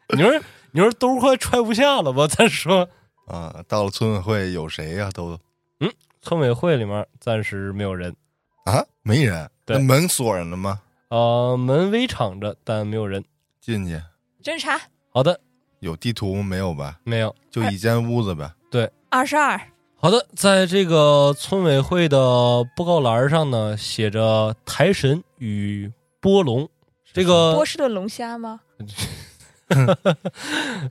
你说你说兜儿快揣不下了吧？再说
啊，到了村委会有谁呀、都
村委会里面暂时没有人。
啊没人，
对
那门锁上了吗？
啊，门微敞着，但没有人。
进去
侦查
好的，
有地图吗没有吧？
没有。
就一间屋子呗。
二十二，
好的，在这个村委会的布告栏上呢，写着“台神与波龙”。这个
波士顿龙虾吗？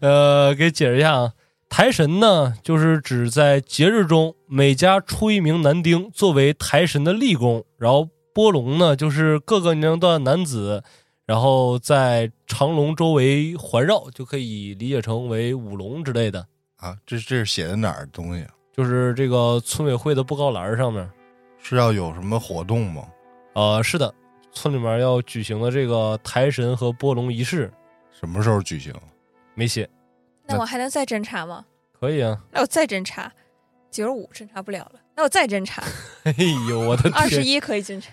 呃，给解释一下啊，台神呢，就是指在节日中每家出一名男丁作为台神的立功，然后波龙呢，就是各个年龄段的男子，然后在长龙周围环绕，就可以理解成为舞龙之类的。
啊，这这是写的哪儿的东西？啊
就是这个村委会的布告栏儿上面，
是要有什么活动吗？
呃，是的，村里面要举行的这个抬神和拨龙仪式
什么时候举行？
没写，
那我还能再侦查吗？
可以啊。 (laughs)
那我再侦查，九十五侦查不了了，那我再
(laughs)
侦查，
哎呦，我的
(laughs) 二十
天！
一可以侦查。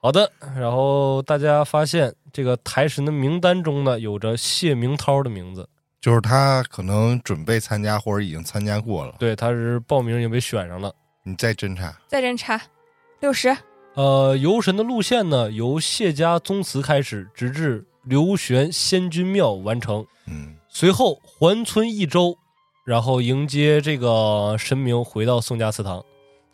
好的，然后大家发现这个抬神的名单中呢，有着谢明涛的名字，
就是他可能准备参加或者已经参加过了，
对，他是报名也被选上了。
你再侦查。
再侦查，六十
呃，游神的路线呢，由谢家宗祠开始，直至刘玄仙君庙完成，
嗯，
随后环村一周，然后迎接这个神明回到宋家祠堂。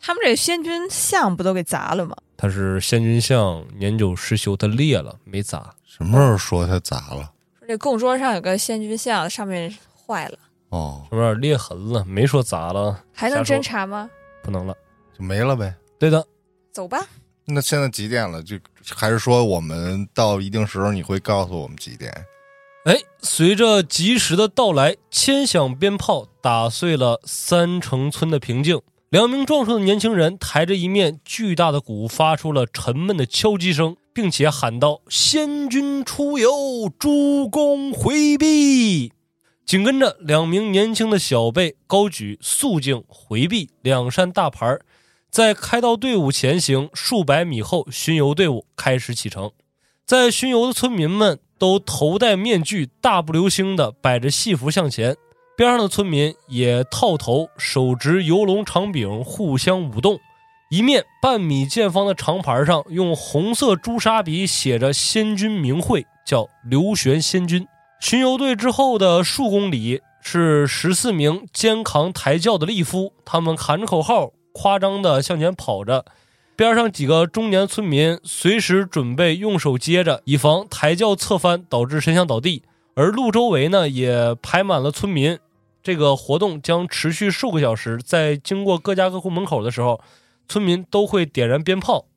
他们这仙君像不都给砸了吗？
他是仙君像年久失修，它裂了没砸。
什么时候说他砸了？
说这供桌上有个仙君像，上面坏了，
哦，
有点裂痕了，没说砸了，
还能
瞎说
侦查吗？
不能了。
就没了呗。
对的，
走吧，
那现在几点了？就还是说我们到一定时候你会告诉我们几点？
哎，随着及时的到来，千响鞭炮打碎了三城村的平静。两名壮硕的年轻人抬着一面巨大的鼓，发出了沉闷的敲击声，并且喊道：“仙君出游，诸公回避。”紧跟着，两名年轻的小辈高举“肃静”“回避”两扇大牌儿，在开道队伍前行数百米后，巡游队伍开始启程。在巡游的村民们都头戴面具，大步流星的摆着戏服向前。边上的村民也套头，手执游龙长柄，互相舞动。一面半米见方的长牌上，用红色朱砂笔写着仙君名讳，叫刘玄仙君。巡游队之后的数公里是十四名肩扛抬轿的力夫，他们喊着口号，夸张的向前跑着，边上几个中年村民随时准备用手接着，以防抬轿侧翻导致神像倒地。而路周围呢也排满了村民。这个活动将持续数个小时，在经过各家各户门口的时候，村民都会点燃鞭炮。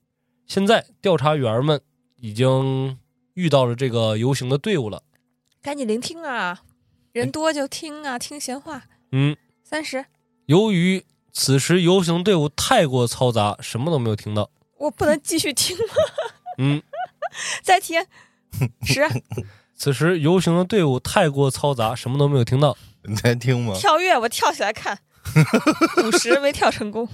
现在调查员们已经遇到了这个游行的队伍了。
赶紧聆听啊！
哎
人多就听啊，听闲话。
嗯，
三十，
由于此时游行队伍太过嘈杂，什么都没有听到。
我不能继续听了，
嗯，(laughs)
再听。十，
此时游行的队伍太过嘈杂，什么都没有听到。
你在听吗？
跳跃，我跳起
(laughs)
来看。五十没跳成功，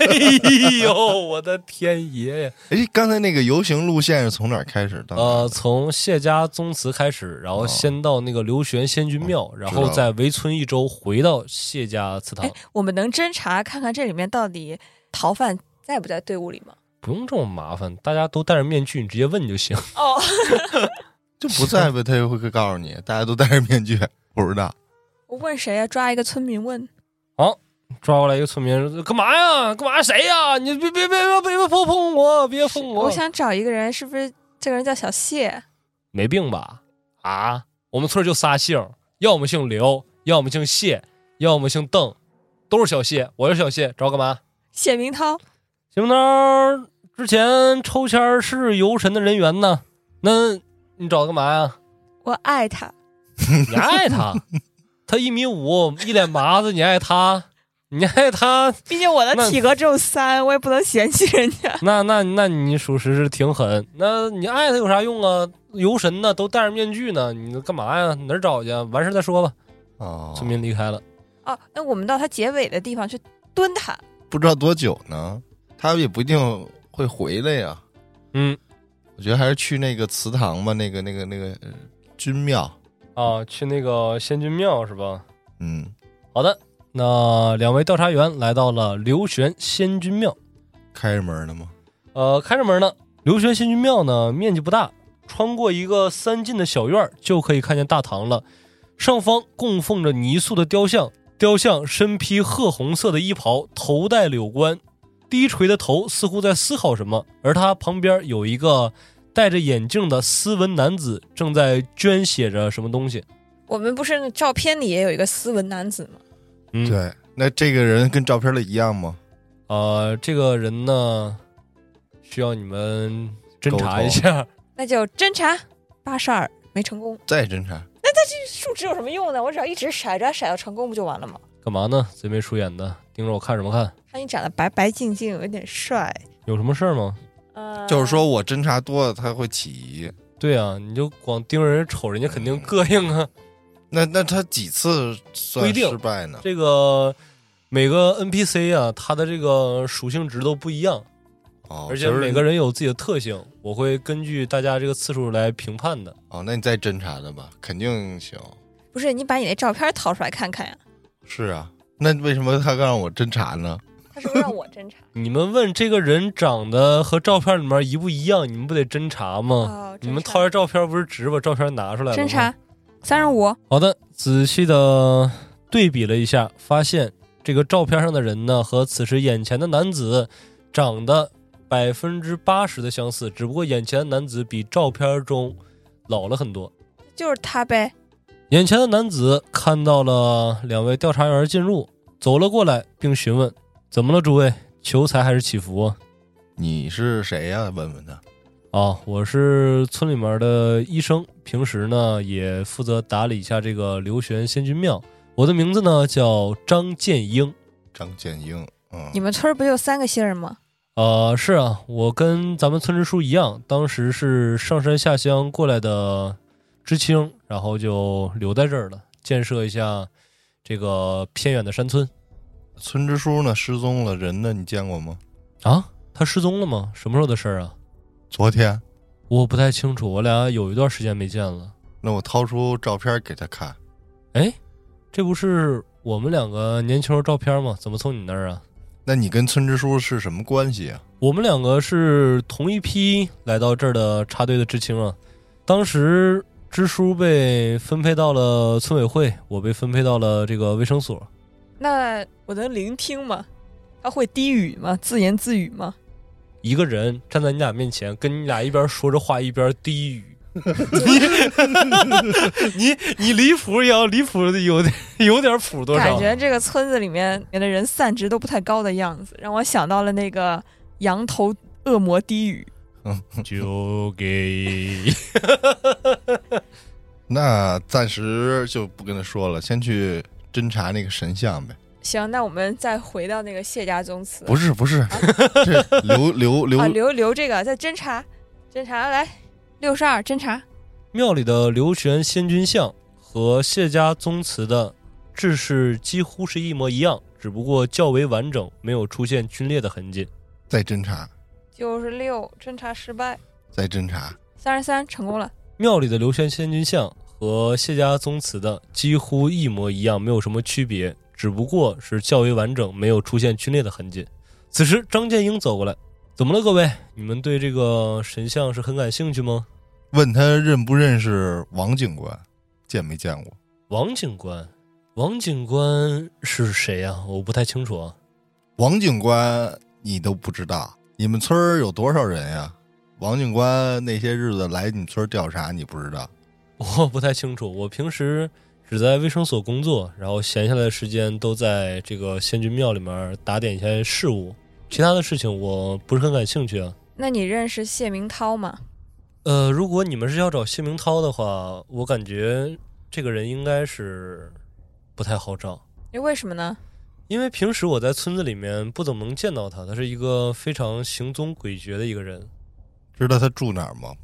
哎呦，我的天爷呀！
哎，刚才那个游行路线是从哪儿开始到哪儿
呃，从谢家宗祠开始，然后
哦
先到那个刘玄仙君庙，然后再围村一周，回到谢家祠堂
哎。我们能侦查看看这里面到底逃犯在不在队伍里吗？
不用这么麻烦，大家都戴着面具，你直接问就行。 (laughs)
哦，
就不在呗，他就会告诉你，大家都戴着面具，不知道。
我问谁呀、抓一个村民问，
抓过来一个村民说，干嘛呀？干嘛？谁呀？你别别别别别别碰碰我！别碰我！
我想找一个人，是不是这个人叫小谢？
没病吧？啊，我们村儿就仨姓，要么姓刘，要么姓谢，要么姓邓，都是小谢。我是小谢，找我干嘛？
谢明涛，
邢涛儿之前抽签儿是游神的人员呢，那你找他干嘛呀？
我爱他，
你爱他，他一米五，一脸麻子，你爱他，你爱他，
毕竟我
那
的体格只有三，我也不能嫌弃人家。
那那那你属实是挺狠。那你爱他有啥用啊？游神呢，都戴着面具呢，你干嘛呀？哪儿找去啊？完事儿再说吧。
哦，
村民离开了，
(laughs) 哦，那我们到他结尾的地方去蹲他，
不知道多久呢，他也不一定会回来呀。
嗯
我觉得还是去那个祠堂吧，那个那个那个呃君庙。
啊，去那个仙君庙是吧？
嗯，
好的，那两位调查员来到了刘玄仙君庙。
开着门呢吗？
呃，开着门呢，刘玄仙君庙呢面积不大，穿过一个三进的小院儿就可以看见大堂了。上方供奉着泥塑的雕像，雕像身披褐红色的衣袍，头戴柳冠，低垂的头似乎在思考什么。而他旁边有一个戴着眼镜的斯文男子，正在捐血着什么东西。
我们不是照片里也有一个斯文男子吗？
嗯，
对，那这个人跟照片里一样吗？
呃，这个人呢，需要你们侦查一下。
那就侦查，八十二没成功。
再侦查，
数值有什么用呢？我只要一直骰着骰到成功不就完了吗？
干嘛呢？贼眉鼠眼的盯着我看什么看？
看你长得白白净净，有点帅。
有什么事儿吗？
呃，
就是说我侦查多了，他会起疑。
对啊，你就光盯着人瞅，人家肯定膈应啊。
那那他几次
不一
算
定
失败呢？
这个每个 NPC 啊，它的这个属性值都不一样，
哦，
而且
就是
每个人有自己的特性，我会根据大家这个次数来评判的。
哦，那你再侦查的吧，肯定行。
不是你把你那照片掏出来看看呀、
是啊，那为什么他让我侦查呢？
他是不是让我侦查？
你们问这个人长得和照片里面一不一样，你们不得侦查吗？嗯
哦，
你们
侦查
掏下照片不是直把照片拿出来了吗？
侦查三十五，
好的，仔细的对比了一下，发现这个照片上的人呢，和此时眼前的男子长得百分之八十的相似，只不过眼前的男子比照片中老了很多。
就是他呗。
眼前的男子看到了两位调查员进入，走了过来，并询问：“怎么了，诸位？求财还是祈福啊？”
你是谁呀、问问他。
啊，我是村里面的医生，平时呢也负责打理一下这个刘玄仙君庙。我的名字呢叫张建英。
张建英，嗯，
你们村儿不就三个姓儿吗？
呃，是啊，我跟咱们村支书一样，当时是上山下乡过来的知青，然后就留在这儿了，建设一下这个偏远的山村
村支书呢？失踪了，人呢？你见过吗？
啊。他失踪了吗？什么时候的事儿啊？
昨天，
我不太清楚，我俩有一段时间没见了。
那我掏出照片给他看，
哎，这不是我们两个年轻时候照片吗？怎么从你那儿啊？
那你跟村支书是什么关系啊？
我们两个是同一批来到这儿的插队的知青啊。当时支书被分配到了村委会，我被分配到了这个卫生所。
那我能聆听吗？他会低语吗？自言自语吗？
一个人站在你俩面前，跟你俩一边说着话一边低语。 (laughs) 你你你离谱也要离谱的有点有点谱多
感
少？
觉这个村子里面里面的人散值都不太高的样子，让我想到了那个羊头恶魔低语。
就给
那暂时就不跟他说了，先去侦查那个神像呗。
行，那我们再回到那个谢家宗祠。
不是不是，这刘刘刘
啊，留留这个再侦查，侦查来六十二侦查，
庙里的刘玄仙君像和谢家宗祠的制式几乎是一模一样，只不过较为完整，没有出现皲裂的痕迹。
在侦查，
九十六侦查失败，
在侦查，
三十三成功了。
庙里的刘玄仙君像和谢家宗祠的几乎一模一样，没有什么区别，只不过是较为完整，没有出现皲裂的痕迹。此时，张建英走过来，怎么了，各位？你们对这个神像是很感兴趣吗？
问他认不认识王警官，见没见过？
王警官，王警官是谁呀、我不太清楚啊。
王警官你都不知道，你们村儿有多少人呀？王警官那些日子来你们村儿调查，你不知道？
(laughs) 我不太清楚，我平时只在卫生所工作，然后闲下来的时间都在这个仙君庙里面打点一些事务，其他的事情我不是很感兴趣啊。
那你认识谢明涛吗？
呃，如果你们是要找谢明涛的话，我感觉这个人应该是不太好找，
哎，为什么呢？
因为平时我在村子里面不怎么能见到他，他是一个非常行踪诡谲的一个人。
知道他住哪儿吗？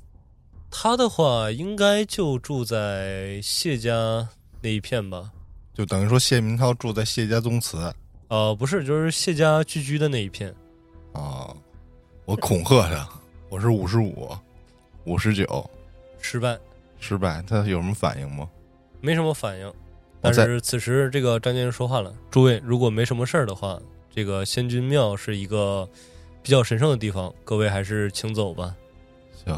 他的话应该就住在谢家那一片吧。
就等于说谢明涛住在谢家宗祠啊、
呃，不是，就是谢家聚居的那一片。
哦我恐吓他，我是五十五，五十九，
失败，
失败，他有什么反应吗？
没什么反应。
我
但
在
是此时，这个张建英说话了：“诸位，如果没什么事儿的话，这个仙君庙是一个比较神圣的地方，各位还是请走吧。
行，”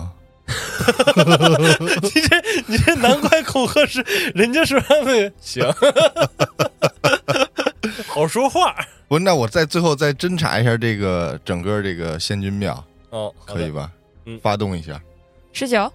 (laughs) 你这你这难怪恐吓是人家说安慰，行，好说话
不，那我再最后再侦查一下这个整个这个仙君庙，
哦，好的
可以吧？
嗯
发动一下。
十九，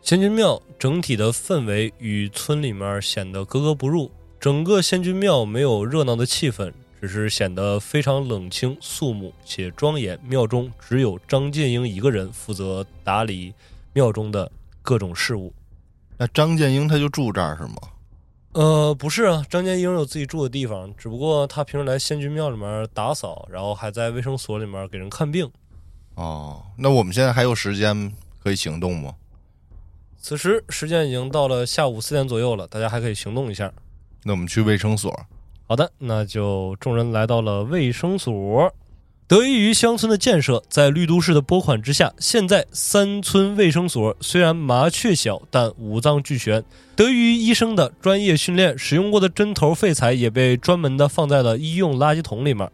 仙君庙整体的氛围与村里面显得格格不入，整个仙君庙没有热闹的气氛，只是显得非常冷清、肃穆且庄严。庙中只有张建英一个人负责打理庙中的各种事务。
那张建英他就住这儿是吗？
呃，不是啊，张建英有自己住的地方，只不过他平时来仙君庙里面打扫，然后还在卫生所里面给人看病。
哦，那我们现在还有时间可以行动吗？
此时时间已经到了下午四点左右了，大家还可以行动一下。
那我们去卫生所。
好的，那就众人来到了卫生所。得益于乡村的建设，在绿都市的拨款之下，现在三村卫生所虽然麻雀小，但五脏俱全。得益于医生的专业训练，使用过的针头废材也被专门的放在了医用垃圾桶里面。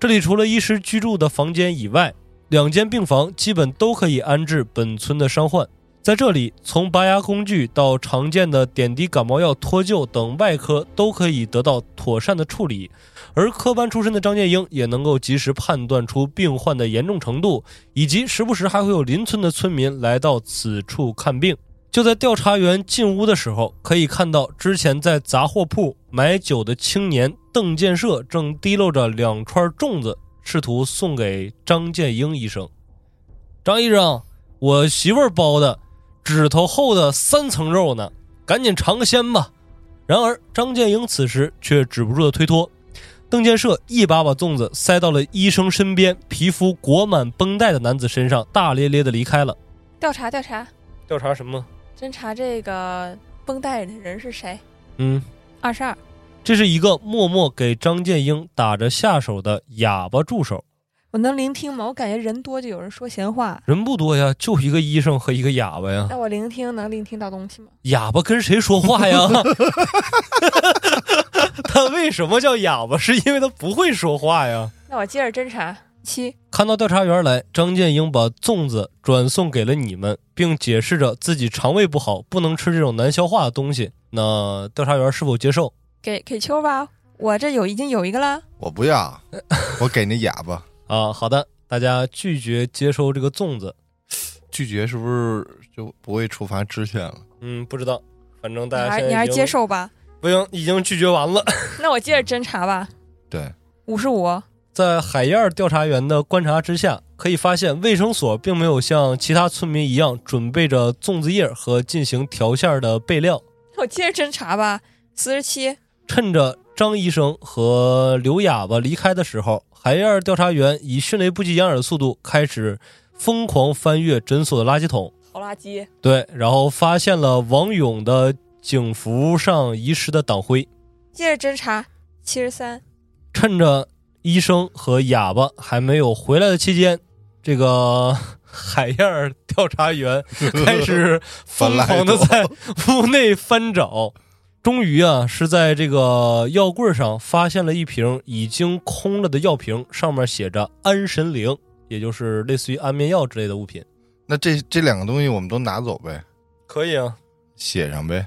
这里除了医师居住的房间以外，两间病房基本都可以安置本村的伤患。在这里，从拔牙工具到常见的点滴感冒药、脱臼等外科都可以得到妥善的处理，而科班出身的张建英也能够及时判断出病患的严重程度，以及时不时还会有邻村的村民来到此处看病。就在调查员进屋的时候，可以看到之前在杂货铺买酒的青年邓建设正提溜着两串粽子，试图送给张建英医生。张医生，我媳妇儿包的，指头厚的三层肉呢，赶紧尝个鲜吧。然而，张建英此时却止不住的推脱。邓建设一把把粽子塞到了医生身边皮肤裹满绷带的男子身上，大咧咧的离开了。
调查调查，
调查什么？
侦查这个绷带的人是谁？
嗯，
二十二，
这是一个默默给张建英打着下手的哑巴助手。
我能聆听吗？我感觉人多就有人说闲话，
人不多呀，就一个医生和一个哑巴呀。
那我聆听能聆听到东西吗？
哑巴跟谁说 (laughs) 话呀？他为什么叫哑巴？是因为他不会说话呀。
那我接着侦查。七，
看到调查员来，张建英把粽子转送给了你们，并解释着自己肠胃不好，不能吃这种难消化的东西。那调查员是否接受？
给给秋吧，我这有已经有一个了。
我不要，我给那哑巴
啊，好的，大家拒绝接收这个粽子。
拒绝，是不是就不会触发支线了？
嗯，不知道，反正
你
大家
还
现在
你还
已经
啊接？受吧？
不行，已经拒绝完了。
那我接着侦查吧。
对，
五十五，
在海燕调查员的观察之下，可以发现卫生所并没有像其他村民一样准备着粽子叶和进行调馅儿的备料。
那我接着侦查吧。四十七，
趁着张医生和刘哑巴离开的时候，海燕调查员以迅雷不及掩耳的速度开始疯狂翻阅诊所的垃圾桶，
好垃圾。
对，然后发现了王勇的警服上遗失的党徽。
接着侦查。七十三，
趁着医生和哑巴还没有回来的期间，这个 (laughs) 海燕儿调查员开始疯狂的在屋内翻找，终于啊是在这个药柜上发现了一瓶已经空了的药瓶，上面写着安神灵，也就是类似于安眠药之类的物品。
那这这两个东西我们都拿走呗，
可以啊，
写上呗。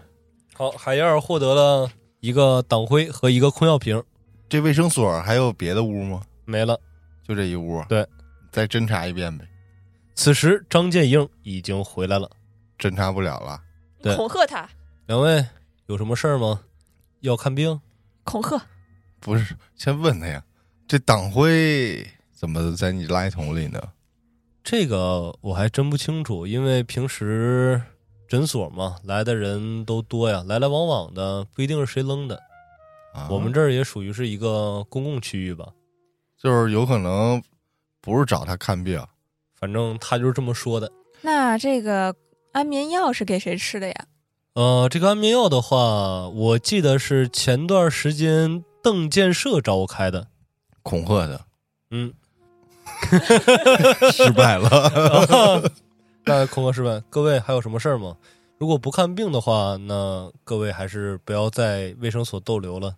好，海燕儿获得了一个党徽和一个空药瓶，
这卫生所还有别的屋吗？
没了。
就这一屋。
对，
再侦查一遍呗，
此时张建英已经回来了。
侦查不了了。
对
恐吓他，
两位有什么事儿吗？要看病？
恐吓。
不是，先问他呀，这党徽怎么在你垃圾桶里呢？
这个我还真不清楚，因为平时诊所嘛，来的人都多呀，来来往往的，不一定是谁扔的。
啊，
我们这儿也属于是一个公共区域吧，
就是有可能不是找他看病，
反正他就是这么说的。
那这个安眠药是给谁吃的呀？
呃，这个安眠药的话，我记得是前段时间邓建设找我开的。
恐吓他，
嗯， (laughs)
失败了。 (laughs)
那空哥师问各位还有什么事儿吗？如果不看病的话，那各位还是不要在卫生所逗留了。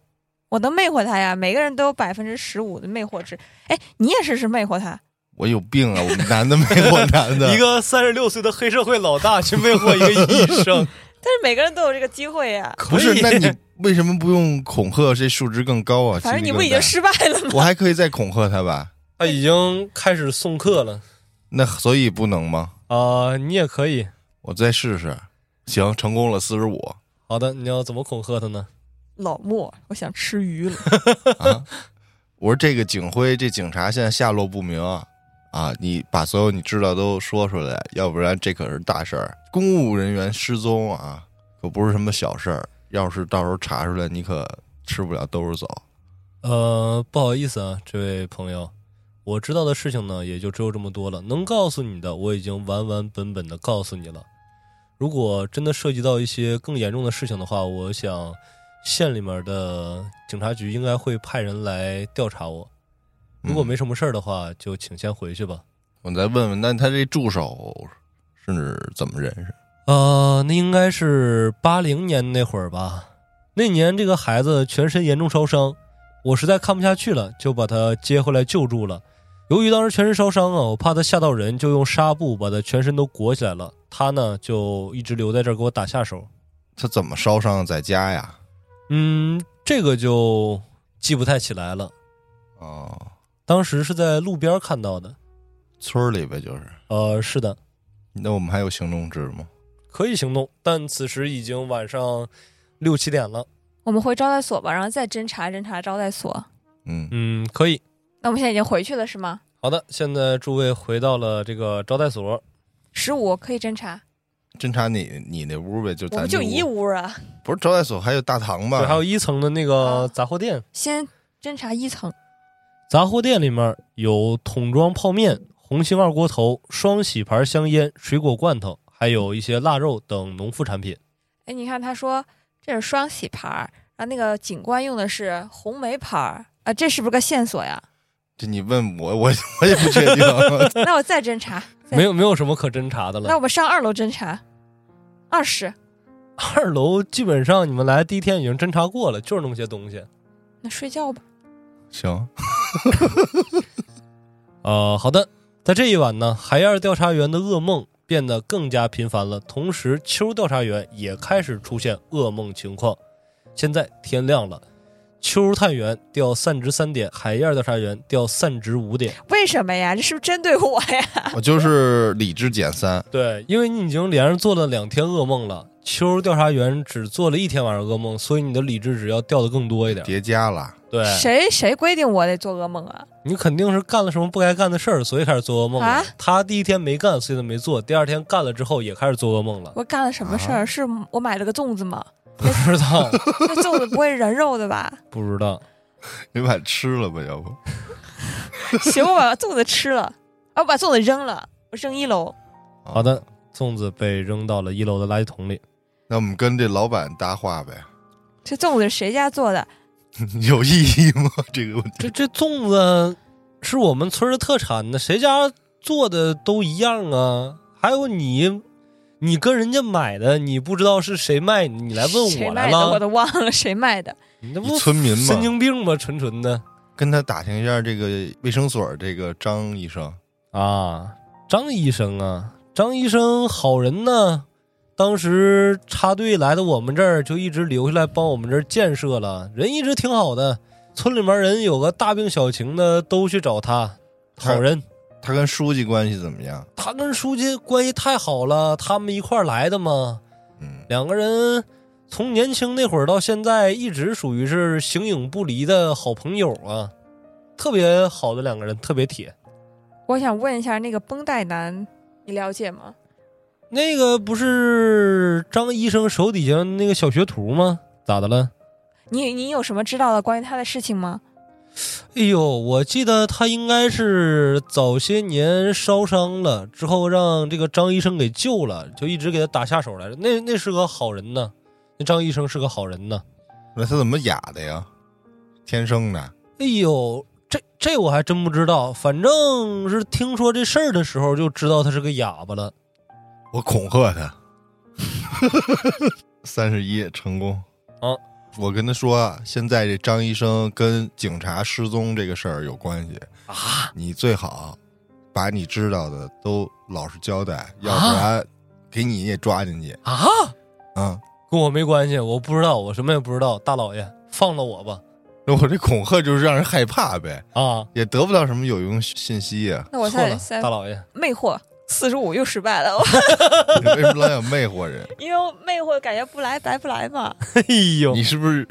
我能魅惑他呀，每个人都有百分之十五的魅惑值。哎，你也试试魅惑他。
我有病啊！我们男的没我男的，
(laughs) 一个三十六岁的黑社会老大去魅惑一个
(laughs)
医生，
但是每个人都有这个机会呀，
不是？那你为什么不用恐吓？这数值更高啊！
反
心
正你
理
不
更
已经
大
失败了吗？
我还可以再恐吓他吧？
(laughs) 他已经开始送客了
那所以不能吗？
啊、你也可以。
我再试试，行，成功了四十五
好的，你要怎么恐吓他呢？
老莫，我想吃鱼了。 (laughs)
啊！我说这个警徽，这警察现在下落不明啊！啊，你把所有你知道都说出来，要不然这可是大事儿。公务人员失踪啊，可不是什么小事儿。要是到时候查出来，你可吃不了兜着走。
呃，不好意思啊，这位朋友，我知道的事情呢，也就只有这么多了。能告诉你的，我已经完完本本的告诉你了。如果真的涉及到一些更严重的事情的话，我想县里面的警察局应该会派人来调查我。如果
嗯
没什么事儿的话，就请先回去吧。
我再问问，那他这助手是怎么认识？
呃，那应该是八零年那会儿吧。那年这个孩子全身严重烧伤，我实在看不下去了，就把他接回来救助了。由于当时全身烧伤啊，我怕他吓到人，就用纱布把他全身都裹起来了。他呢，就一直留在这儿给我打下手。
他怎么烧伤在家呀？
嗯，这个就记不太起来了。
哦，
当时是在路边看到的。
村儿里呗，就是。
呃，是的，
那我们还有行动制吗？
可以行动，但此时已经晚上六七点了。
我们回招待所吧，然后再侦查侦查招待所。
嗯，
嗯，可以。
那我们现在已经回去了是吗？
好的，现在诸位回到了这个招待所。
十五可以侦查，
侦查你你那屋呗，就
我
咱
们就
那
一
屋，
屋啊，
不是招待所还有大堂吧？
对，还有一层的那个
啊
杂货店，
先侦查一层。
杂货店里面有桶装泡面、红星二锅头、双喜牌香烟、水果罐头，还有一些腊肉等农副产品。
哎，你看他说这是双喜牌儿，然后那个警官用的是红梅牌儿啊，这是不是个线索呀？
这你问我，我我也不确定。 (laughs)
那我再侦查，对
没有没有什么可侦查的
那
了。
我们上二楼侦查。二十，
二楼基本上你们来第一天已经侦查过了，就是那么些东西。
那睡觉吧。
行，
呃，好的，在这一晚呢，海燕调查员的噩梦变得更加频繁了，同时秋调查员也开始出现噩梦情况。现在天亮了，秋探员调散值三点，海燕调查员调散值五点。
为什么呀？这是不是针对我呀？
我就是理智减三。
对，因为你已经连着做了两天噩梦了，秋调查员只做了一天晚上噩梦，所以你的理智值要掉的更多一点。
叠加了，
对
(laughs) 谁谁规定我得做噩梦啊？
你肯定是干了什么不该干的事儿，所以开始做噩梦了。
啊
他第一天没干，所以他没做；第二天干了之后，也开始做噩梦了。
我干了什么事儿？
啊
是我买了个粽子吗？
不知 (laughs) 道，
那粽子不会人肉
(laughs)
的吧？
不知道。
你把它吃了吧，要不？
行，我把粽子吃了，啊，我把粽子扔了，我扔一楼。
啊
好的，粽子被扔到了一楼的垃圾桶里。
那我们跟这老板搭话呗， (laughs)
这粽子是谁家做的？
有意义吗？这个问题
这这粽子是我们村儿的特产呢，谁家做的都一样啊。还有你，你跟人家买的，你不知道是谁卖，你来问
谁
我来
卖的？我
了，
都忘了谁卖的。
你这
你
不
村民
神
嘛，
经病吗？纯纯的
跟他打听一下这个卫生所这个张医生，
啊，张医生啊，张医生好人呢。当时插队来到我们这儿，就一直留下来帮我们这儿建设了，人一直挺好的。村里面人有个大病小情的，都去找他，好人。
他跟书记关系怎么样？
他跟书记关系太好了，他们一块儿来的嘛。
嗯，
两个人从年轻那会儿到现在，一直属于是形影不离的好朋友啊，特别好的两个人，特别铁。
我想问一下，那个绷带男，你了解吗？
那个不是张医生手底下那个小学徒吗？咋的了？
你你有什么知道的关于他的事情吗？
哎呦，我记得他应该是早些年烧伤了之后，让这个张医生给救了，就一直给他打下手来着。那那是个好人呢，那张医生是个好人呢。
那他怎么哑的呀？天生的，
哎呦，这这我还真不知道，反正是听说这事儿的时候就知道他是个哑巴了。
我恐吓他。 (laughs) 三十一成功。
啊，
我跟他说啊，现在这张医生跟警察失踪这个事儿有关系啊，你最好把你知道的都老实交代，要不然给你也抓进去
啊，
啊。
跟我没关系，我不知道，我什么也不知道。大老爷，放了我吧！
那我这恐吓就是让人害怕呗，
啊，
也得不到什么有用信息啊呀、
那我
错
再
了，
再
大老爷，
魅惑四十五又失败了，
(laughs) 你为什么老想魅惑人？
(laughs) 因为魅惑感觉不来白不来嘛。
哎呦，
你
你
是不是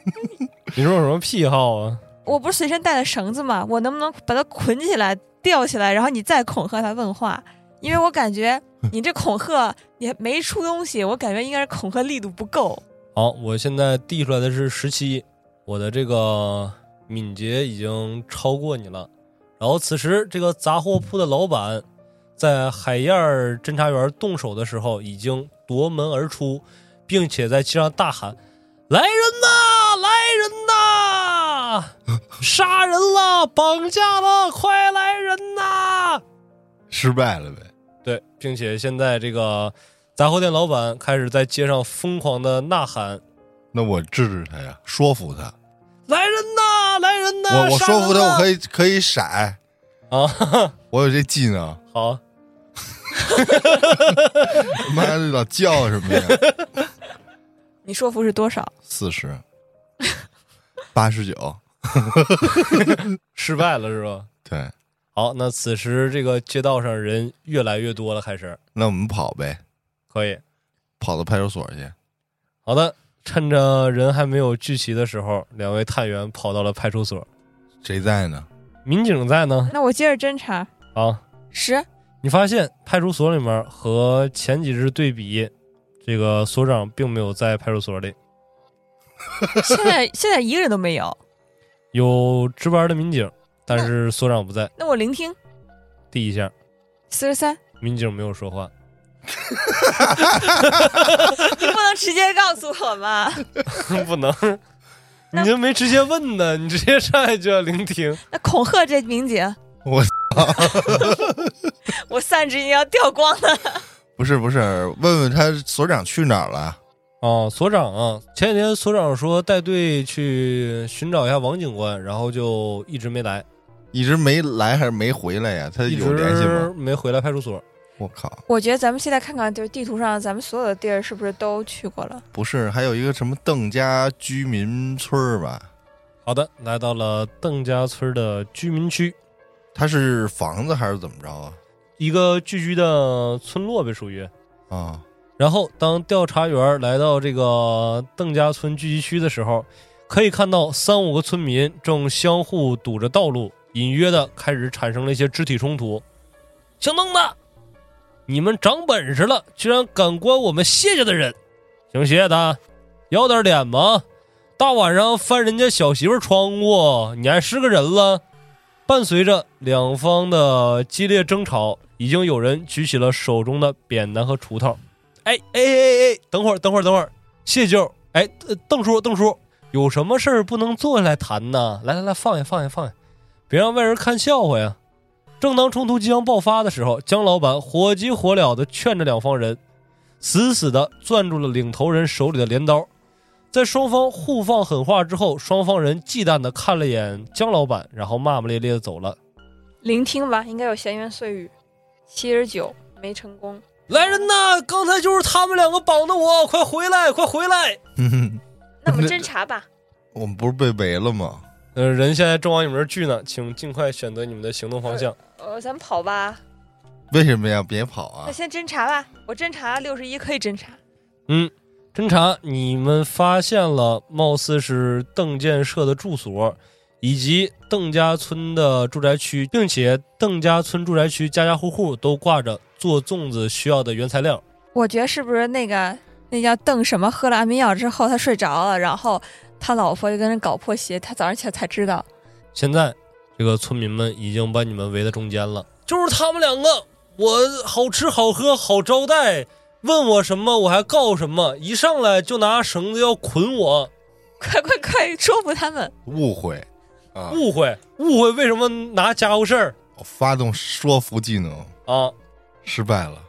(laughs)
你说有什么癖好啊？
我不是随身带的绳子嘛，我能不能把它捆起来、吊起来，然后你再恐吓他问话？因为我感觉你这恐吓你还没出东西，我感觉应该是恐吓力度不够。
好，我现在递出来的是十七，我的这个敏捷已经超过你了。然后此时，这个杂货铺的老板在海燕儿侦查员动手的时候，已经夺门而出，并且在街上大喊：“来人呐！来人呐！杀人了！绑架了！快来人呐！”
失败了呗。
对，并且现在这个杂货店老板开始在街上疯狂的呐喊
那我制止他呀，说服他。：“
来人呐！来人呐！
我我说服他，我可
以
以可以闪，
啊，哈哈
我有这技能。
好，
妈的，老叫什么呀？
你说服是多少？
四十，八十九，
失败了是吧？
对，
好，那此时这个街道上人越来越多了，开始
那我们跑呗，
可以。
跑到派出所去。
好的，趁着人还没有聚齐的时候，两位探员跑到了派出所，
谁在呢？
民警在呢。
那我接着侦查。
啊，
十，
你发现派出所里面和前几日对比，这个所长并没有在派出所里，
现在现在一个人都没有。
有值班的民警，但是所长不在。
那我聆听。
第一下，
四十三，
民警没有说话。
你不能直接告诉我吗？
(laughs) 不能，
那
你就没直接问呢，你直接上来就要聆听。
那恐吓这民警，
我
我散值已经要掉光了。
不是不是，问问他所长去哪儿了？
啊，所长啊，前几天所长说带队去寻找一下王警官，然后就一直没来，
一直没来还是没回来呀？他
一
有联系
直
吗？
没回来派出所。
我靠，
我觉得咱们现在看看，就是地图上咱们所有的地儿是不是都去过了？
不是，还有一个什么邓家居民村儿吧？
好的，来到了邓家村的居民区，
它是房子还是怎么着啊？
一个聚居的村落呗，属于。
啊，
然后，当调查员来到这个邓家村聚集区的时候，可以看到三五个村民正相互堵着道路，隐约的开始产生了一些肢体冲突。姓邓的，你们长本事了，居然敢管我们谢家的人，姓谢的，要点脸吗？大晚上翻人家小媳妇窗户，你还是个人了？伴随着两方的激烈争吵，已经有人举起了手中的扁担和锄头。哎哎哎哎，等会儿，等会儿，等会儿，谢舅，哎，呃邓叔，邓叔，有什么事儿不能坐下来谈呢？来来来，放下，放下，放下，别让外人看笑话呀！正当冲突即将爆发的时候，江老板火急火燎地劝着两方人，死死地攥住了领头人手里的镰刀。在双方互放狠话之后，双方人忌惮地看了眼江老板，然后骂骂咧咧地走了。
聆听吧，应该有闲言碎语。七十九，没成功。
来人呐！刚才就是他们两个绑的我，快回来，快回来！
哼哼，
(laughs) 那我们侦查吧。
我们不是被围了吗？
呃，人现在正往你们这儿聚呢，请尽快选择你们的行动方向。
呃，咱们跑吧。
为什么呀？别跑
那
啊！
先侦查吧。我侦查六十一，可以侦查。
侦查，嗯你们发现了貌似是邓建设的住所，以及邓家村的住宅区，并且邓家村住宅区家家户户都挂着做粽子需要的原材料。
我觉得是不是那个那叫邓什么喝了安眠药之后他睡着了，然后他老婆就跟人搞破鞋，他早上起来才知道。
现在，这个村民们已经把你们围在中间了，就是他们两个，我好吃好喝好招待，问我什么我还告什么，一上来就拿绳子要捆我。
快快快，说服他们！
误会啊！
误会，误会，为什么拿家伙事儿
我发动说服技能
啊？
失败了，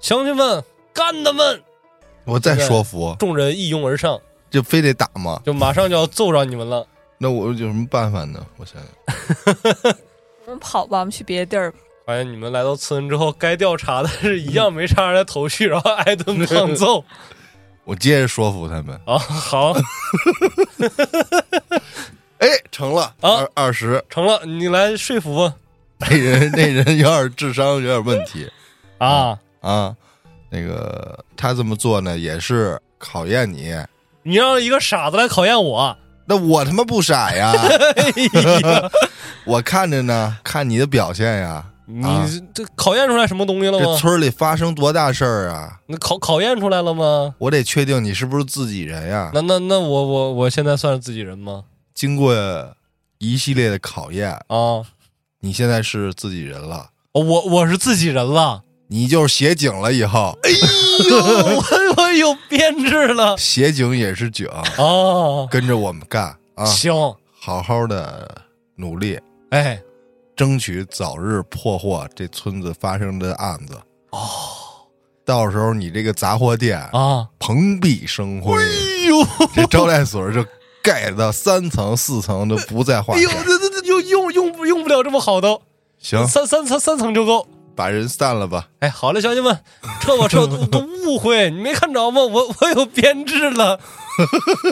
乡亲们，干他们！
(laughs) 我再说服
众人一拥而上，
就非得打吗？
就马上就要揍着你们了。
那我有什么办法呢？我想想，
我们跑吧，我们去别的地儿吧。
发现你们来到村之后，该调查的是一样没查出来头绪，然后 (laughs) 挨顿胖揍
我接着说服他们。
啊！好，
哎，成了，
啊
二二十。 (laughs)
成了，你来说服吧。
那人那人有点智商有点问题
啊！
啊。那个他这么做呢，也是考验你。
你让一个傻子来考
(laughs)
验我，
那我他
(laughs)
妈不傻呀，
哎呀
我看着呢，看你的表现呀。
你
啊
这考验出来什么东西了
这
吗？
村里发生多大事儿啊！
那考考验出来了吗？
我得确定你是不是自己人呀。
那那那我我我现在算是自己人吗？
经过一系列的考验，
啊，哦
你现在是自己人了，
我我是自己人了，
你就是协警了。以后，哎，
我我有编制了
协警也是警，
啊！
跟着我们干啊！
行，
好好的努力，
哎，
争取早日破获这村子发生的案子。哦，到时候你这个杂货店
啊，
蓬荜生辉，
哎呦，
这招待所就盖到三层四层都不在话
哎呦，
下。
这这这用用用不用不了这么好都，
行，
三三层三层就够。
把人散了吧。
哎，好了，乡亲们，撤吧撤吧，都都误会，你没看着吗？我我有编制了，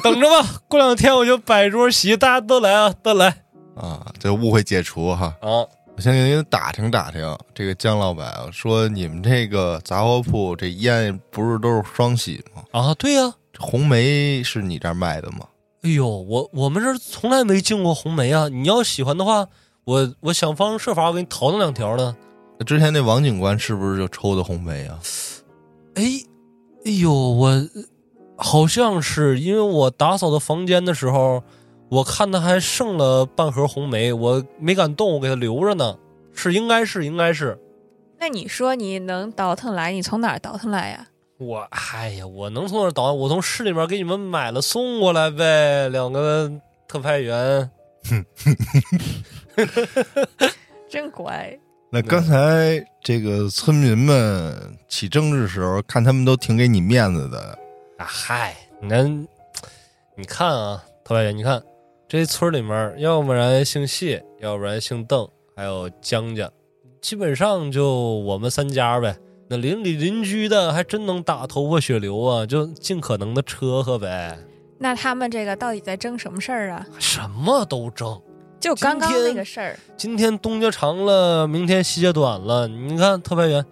等着吧，过两天我就摆桌席，大家都来啊，都来
啊，这误会解除哈。
啊！
我先给您打听打听，这个姜老板说你们这个杂货铺这烟不是都是双喜吗？
啊，对呀、
这红梅是你这儿卖的吗？
哎呦，我我们这儿从来没进过红梅啊！你要喜欢的话，我我想方设法我给你淘弄两条呢。
那之前那王警官是不是就抽的红梅啊？
哎，哎呦，我好像是因为我打扫的房间的时候，我看他还剩了半盒红梅，我没敢动，我给他留着呢。是应该是应该是
那你说你能倒腾来，你从哪儿倒腾来呀？
我，哎呀，我能从哪儿倒？我从市里面给你们买了送过来呗，两个特派员。
真乖，
那刚才这个村民们起争执时候，看他们都挺给你面子的，
啊嗨，你看，你看啊，特派员，你看这村里面，要不然姓谢，要不然姓邓，还有江家，基本上就我们三家呗。那邻里邻居的还真能打头破血流啊，就尽可能的车和呗，
那他们这个到底在争什么事儿啊？
什么都争。
就刚刚
今天
那个事儿，
今天东家长了，明天西家短了。你看特派员，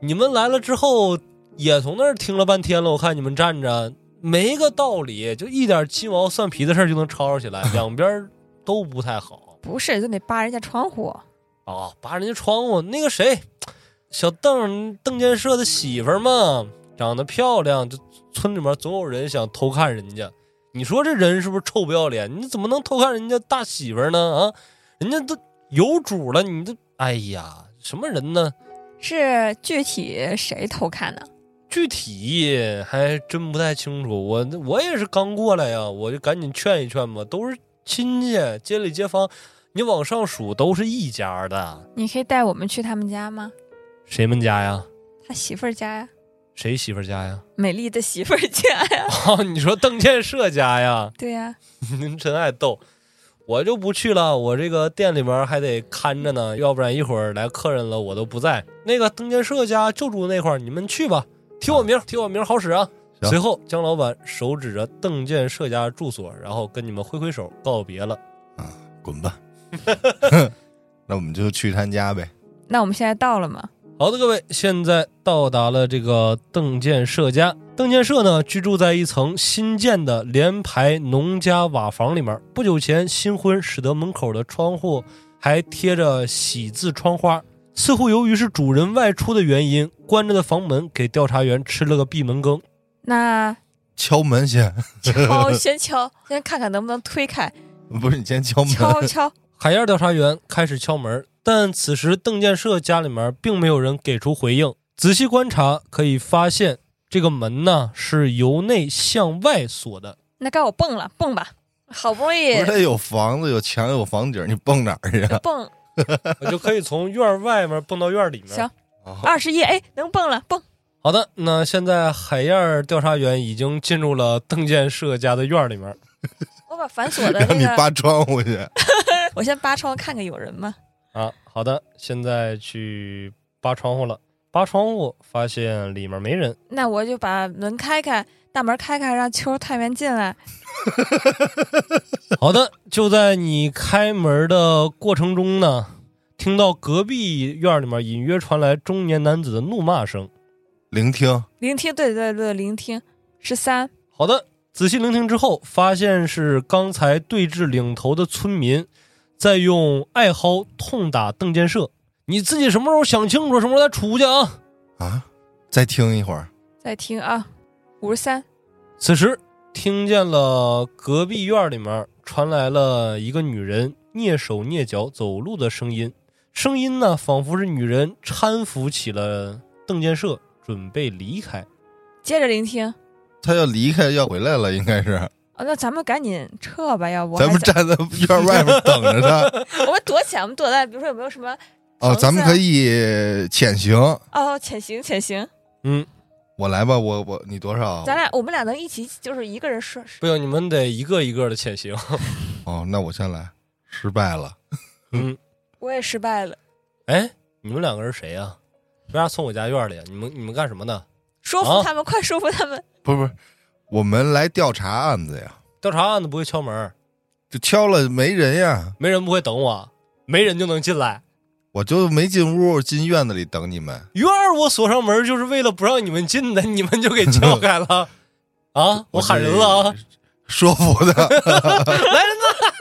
你们来了之后也从那儿听了半天了，我看你们站着没个道理，就一点鸡毛蒜皮的事儿就能吵吵起来，两边儿都不太好
不是就得扒人家窗户？
啊。扒人家窗户那个谁，小邓邓建设的媳妇儿嘛，长得漂亮，就村里面总有人想偷看人家。你说这人是不是臭不要脸？你怎么能偷看人家大媳妇儿呢？啊，人家都有主了，你这哎呀，什么人呢？
是具体谁偷看的？
具体还真不太清楚。我我也是刚过来呀，我就赶紧劝一劝吧。都是亲戚，街里街坊，你往上数都是一家的。
你可以带我们去他们家吗？
谁们家呀？
他媳妇儿家呀，
谁媳妇儿家呀？
美丽的媳妇儿家呀。
哦， (laughs) 你说邓建设家呀？ (laughs)
对呀、
您真爱逗，我就不去了，我这个店里面还得看着呢，要不然一会儿来客人了我都不在。那个登建社家就住那块儿，你们去吧，提我名儿，提我名儿好使啊。
行
随后，姜老板手指着邓建社家住所，然后跟你们挥挥手告别了。
滚 (laughs) 吧。那我们就去他家呗。
那我们现在到了吗？
好的，各位，现在到达了这个邓建社家。邓建社呢，居住在一层新建的联排农家瓦房里面。不久前新婚，使得门口的窗户还贴着喜字窗花。似乎由于是主人外出的原因，关着的房门给调查员吃了个闭门羹。
(laughs)
那
敲门先，
敲，先敲，先看看能不能推开，
(laughs) 不是你先敲门。
敲敲。
海燕调查员开始敲门，但此时邓建设家里面并没有人给出回应。仔细观察，可以发现这个门呢是由内向外锁的。
那该我蹦了，蹦吧，好不容易
不是他有房子、有墙、有房顶，你蹦哪儿去啊？
蹦，
(laughs) 我就可以从院儿外面蹦到院儿里面。
行，二十一，哎，能蹦了，蹦。
好的，那现在海燕儿调查员已经进入了邓建设家的院儿里面。
我把
(laughs)
反锁的
让你
那个，
扒窗户去。
我先扒窗看看有人吗？
啊，好的，现在去扒窗户了。扒窗户发现里面没人，
那我就把门开开，大门开开，让秋探员进来。
好的，就在你开门的过程中呢，听到隔壁院里面隐约传来中年男子的怒骂声。
聆听，
聆听，对对对，聆听。十三，
好的，仔细聆听之后，发现是刚才对峙领头的村民在用艾蒿痛打邓建设。你自己什么时候想清楚，什么时候再出去啊！
啊！再听一会儿，
再听啊，五十三，
此时听见了隔壁院里面传来了一个女人蹑手蹑脚走路的声音，声音呢仿佛是女人搀扶起了邓建设，准备离开。
接着聆听。
他要离开，要回来了，应该是。
哦，那咱们赶紧撤吧，要不
咱
还
们
想
站在院外面等着他。
(laughs) 我们躲起来，我们躲在，比如说有没有什么
哦，
橙色
咱们可以潜行。
哦，潜行潜行，
嗯，
我来吧，我我你多少？
咱俩我们俩能一起，就是一个人说，
不行，你们得一个一个的潜行。
哦，那我先来。失败了，
嗯，
我也失败了，
哎，你们两个人谁呀、为啥从我家院里？啊你们你们干什么呢？
说
啊
服他们，快说服他们，
不是不是，我们来调查案子呀，
调查案子不会敲门，
就敲了没人呀，
没人不会等我，没人就能进来。
我就没进屋，进院子里等你们。
院儿我锁上门就是为了不让你们进的，你们就给撬开了啊！我喊人了啊！
说服他，来人呐！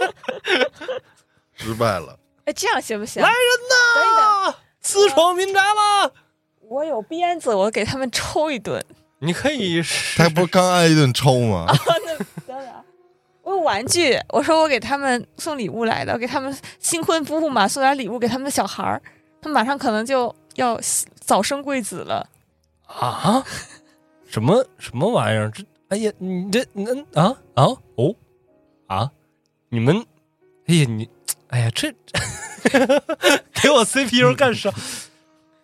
失败了，
哎，这样行不行？
来人呐！啊私闯民宅了！
我有鞭子，我给他们抽一顿。 (laughs) 哦
你可以试
他不是刚挨一顿抽吗？
当然，啊我有玩具，我说我给他们送礼物来的，我给他们新婚夫妇嘛，送点礼物给他们的小孩儿，他们马上可能就要早生贵子了。
啊？什么什么玩意儿？这哎呀，你这那啊啊哦啊！你们哎呀你哎呀这 (laughs) 给我 CPU 干啥？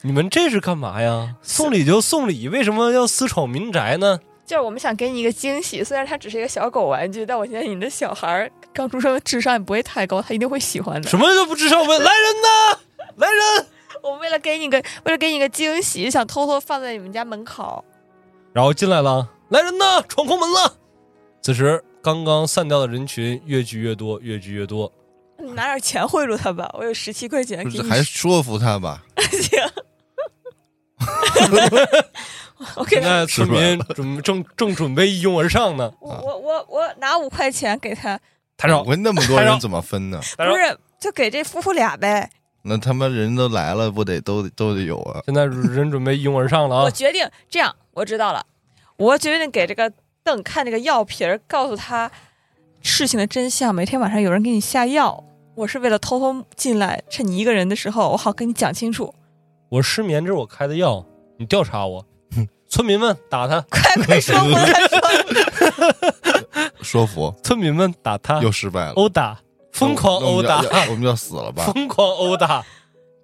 你们这是干嘛呀？送礼就送礼，为什么要私闯民宅呢？
就是我们想给你一个惊喜，虽然它只是一个小狗玩具，但我觉得你的小孩儿刚出生的智商也不会太高，他一定会喜欢的。
什么都不知道问，来人呐！来人！
我们为了给你个为了给你个惊喜，想偷偷放在你们家门口。
然后进来了，来人呐，闯空门了！此时，刚刚散掉的人群越聚越多，越聚越多。
你拿点钱贿赂他吧，我有十七块钱
不
给
是
你。
还说服他吧？
行，
(laughs)
我给
现
他，
在村民准正正准备一拥而上呢。
我我我我拿五块钱给他，
抬手
我，跟那么多
还有
人怎么分呢？
抬手
不！是就给这夫妇俩呗。
那他妈人都来了，不得都都得有啊？
现在人准备一拥而上了
我 (laughs)
啊！
决定这样，我知道了，我决定给这个邓看这个药瓶儿，告诉他事情的真相。每天晚上有人给你下药，我是为了偷偷进来，趁你一个人的时候，我好跟你讲清楚。
我失眠，这是我开的药，你调查我。村民们打他，
快快说，我快说，
说服
村民们打他，
又失败了，
殴打，疯狂
那我
哦殴
们要
(laughs) 打，
要我们要死了吧？
疯狂殴打。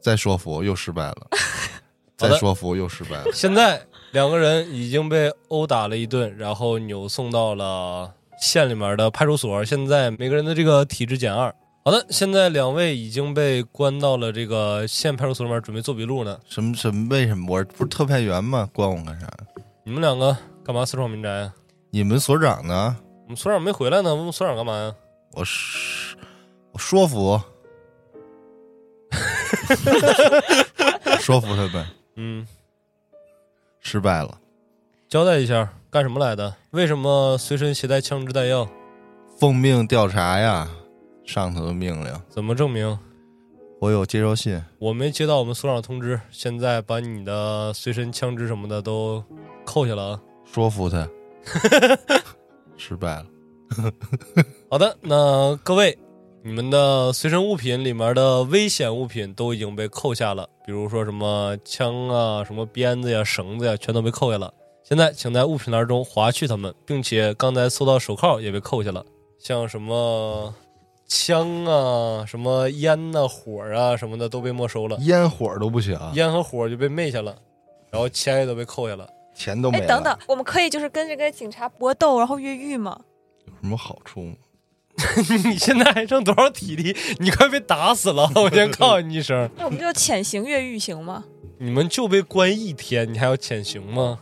再说服又失败了，
好
再
的
说服又失败了。 (laughs)
现在两个人已经被殴打了一顿，然后扭送到了县里面的派出所。现在每个人的这个体质减二。好的，现在两位已经被关到了这个县派出所里面，准备做笔录呢。
什么什么？为什么？我不是特派员吗？关我干啥？
你们两个干嘛私闯民宅啊？
你们所长呢？
我们所长没回来呢，问所长干嘛呀？
我是我说服， (laughs) 说服他们
嗯，
失败了，
交代一下干什么来的？为什么随身携带枪支弹药？
奉命调查呀，上头的命令，
怎么证明？
我有接收信，
我没接到我们所长的通知，现在把你的随身枪支什么的都扣下了啊。
说服他，失败了。
好的，那各位，你们的随身物品里面的危险物品都已经被扣下了，比如说什么枪啊、什么鞭子呀、绳子呀，全都被扣下了。现在，请在物品栏中划去它们，并且刚才搜到手铐也被扣下了，像什么枪啊、什么烟呐、火啊什么的都被没
(laughs)
收了，
烟火都不行，
烟和火就被昧下了，然后钱也都被扣下了。
钱都没
哎，
了，
等等，我们可以就是跟这个警察搏斗，然后越狱吗？
有什么好处吗？
你现在还剩多少体力？ (laughs) 你快被打死了！我先告诉你一声。
那我们就潜行越狱行吗？
你们就被关一天，你还要潜行吗？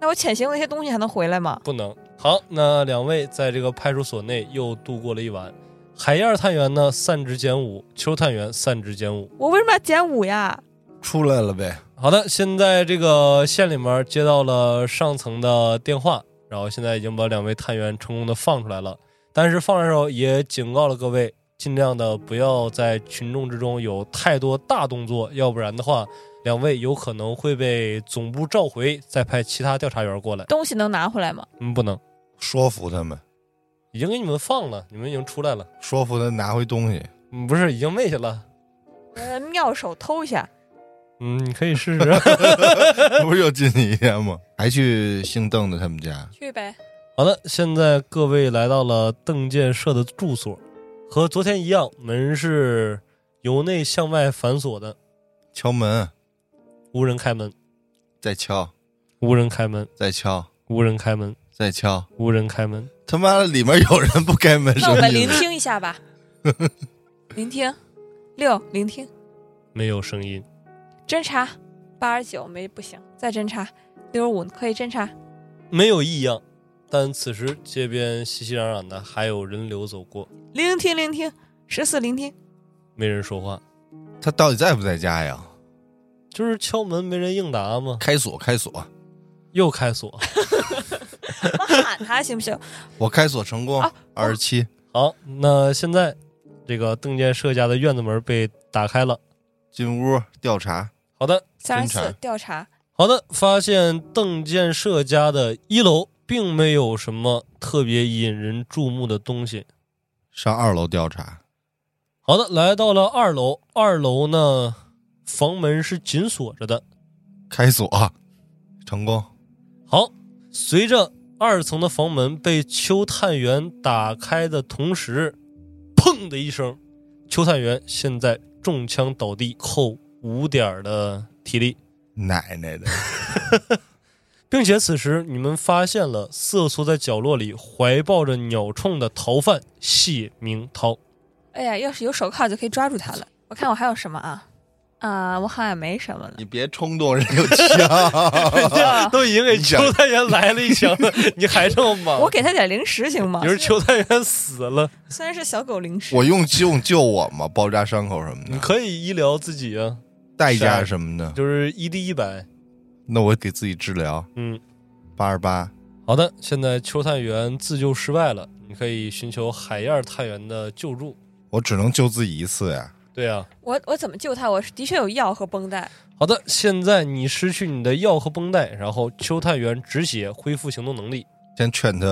那我潜行那些东西还能回来吗？
不能。好，那两位在这个派出所内又度过了一晚。海燕探员呢，散值减五；邱探员散值减五。
我为什么要减五呀？
出来了呗，
好的，现在这个县里面接到了上层的电话，然后现在已经把两位探员成功的放出来了，但是放出来的时候也警告了各位，尽量的不要在群众之中有太多大动作，要不然的话，两位有可能会被总部召回，再派其他调查员过来。
东西能拿回来吗？
嗯，不能，
说服他们，
已经给你们放了，你们已经出来了，
说服他拿回东西。
嗯，不是已经昧下了。
呃，妙手偷一下，
嗯，你可以试试。
(laughs) 不是又进去一天吗？还去姓邓的他们家，
去呗。
(laughs) 好的，现在各位来到了邓建社的住所，和昨天一样，门是由内向外反锁的，
敲门，
无人开门，
再敲，
无人开门，
再敲，
无人开门，
再敲。
无人开门。
他妈的，里面有人不开门，什
(laughs) 那我
么
们
意
聆
思？
听一下吧，聆听六聆听
没有声音。
侦查八十九没不行，再侦查六十五可以侦查。
没有异样，但此时街边熙熙攘攘的还有人流走过，
聆听聆听十四聆 (laughs) 听，
没人说话，
他到底在不在家呀？
就是敲门没人应答嘛，
开锁，开锁，
又开锁。
我喊他行不行？
我开锁成功
啊，
二十七。
好，那现在这个邓建社家的院子门被打开了。
进屋调查，
好的，
三十
侦
四
查
调查
好的，发现邓建社家的一楼并没有什么特别引人注目的东西。
上二楼调查。
好的，来到了二楼，二楼呢，房门是紧锁着的，
开锁成功，
好，随着二层的房门被邱探员打开的同时，砰的一声，邱探员现在中枪倒地，扣五点儿的体力，
奶奶的！
并且此时你们发现了瑟缩在角落里怀抱着鸟铳的逃犯谢明涛。
哎呀，要是有手铐就可以抓住他了。我看我还有什么啊？啊、我好像也没什
(laughs)
么了。
你别冲动，人有
(laughs)
枪。
啊
都已经给
你想
邱探员来了一枪了，你还这么 (laughs) 忙？
我给他点零食行吗
你？是邱探员死了，
虽然是小狗零食，
我用救救我嘛，包扎伤口什么
你
的，
可以医疗自己啊，
代价什么的，
就是 ED 一百，
那我给自己治疗。
嗯。
八十八，
好的，现在邱探员自救失败了，你可以寻求海燕儿探员的救助。
我只能救自己一次呀。
对啊，
我我怎么救他？我是的确有药和绷带，
好的，现在你失去你的药和绷带，然后邱探员止血恢复行动能力。
先劝他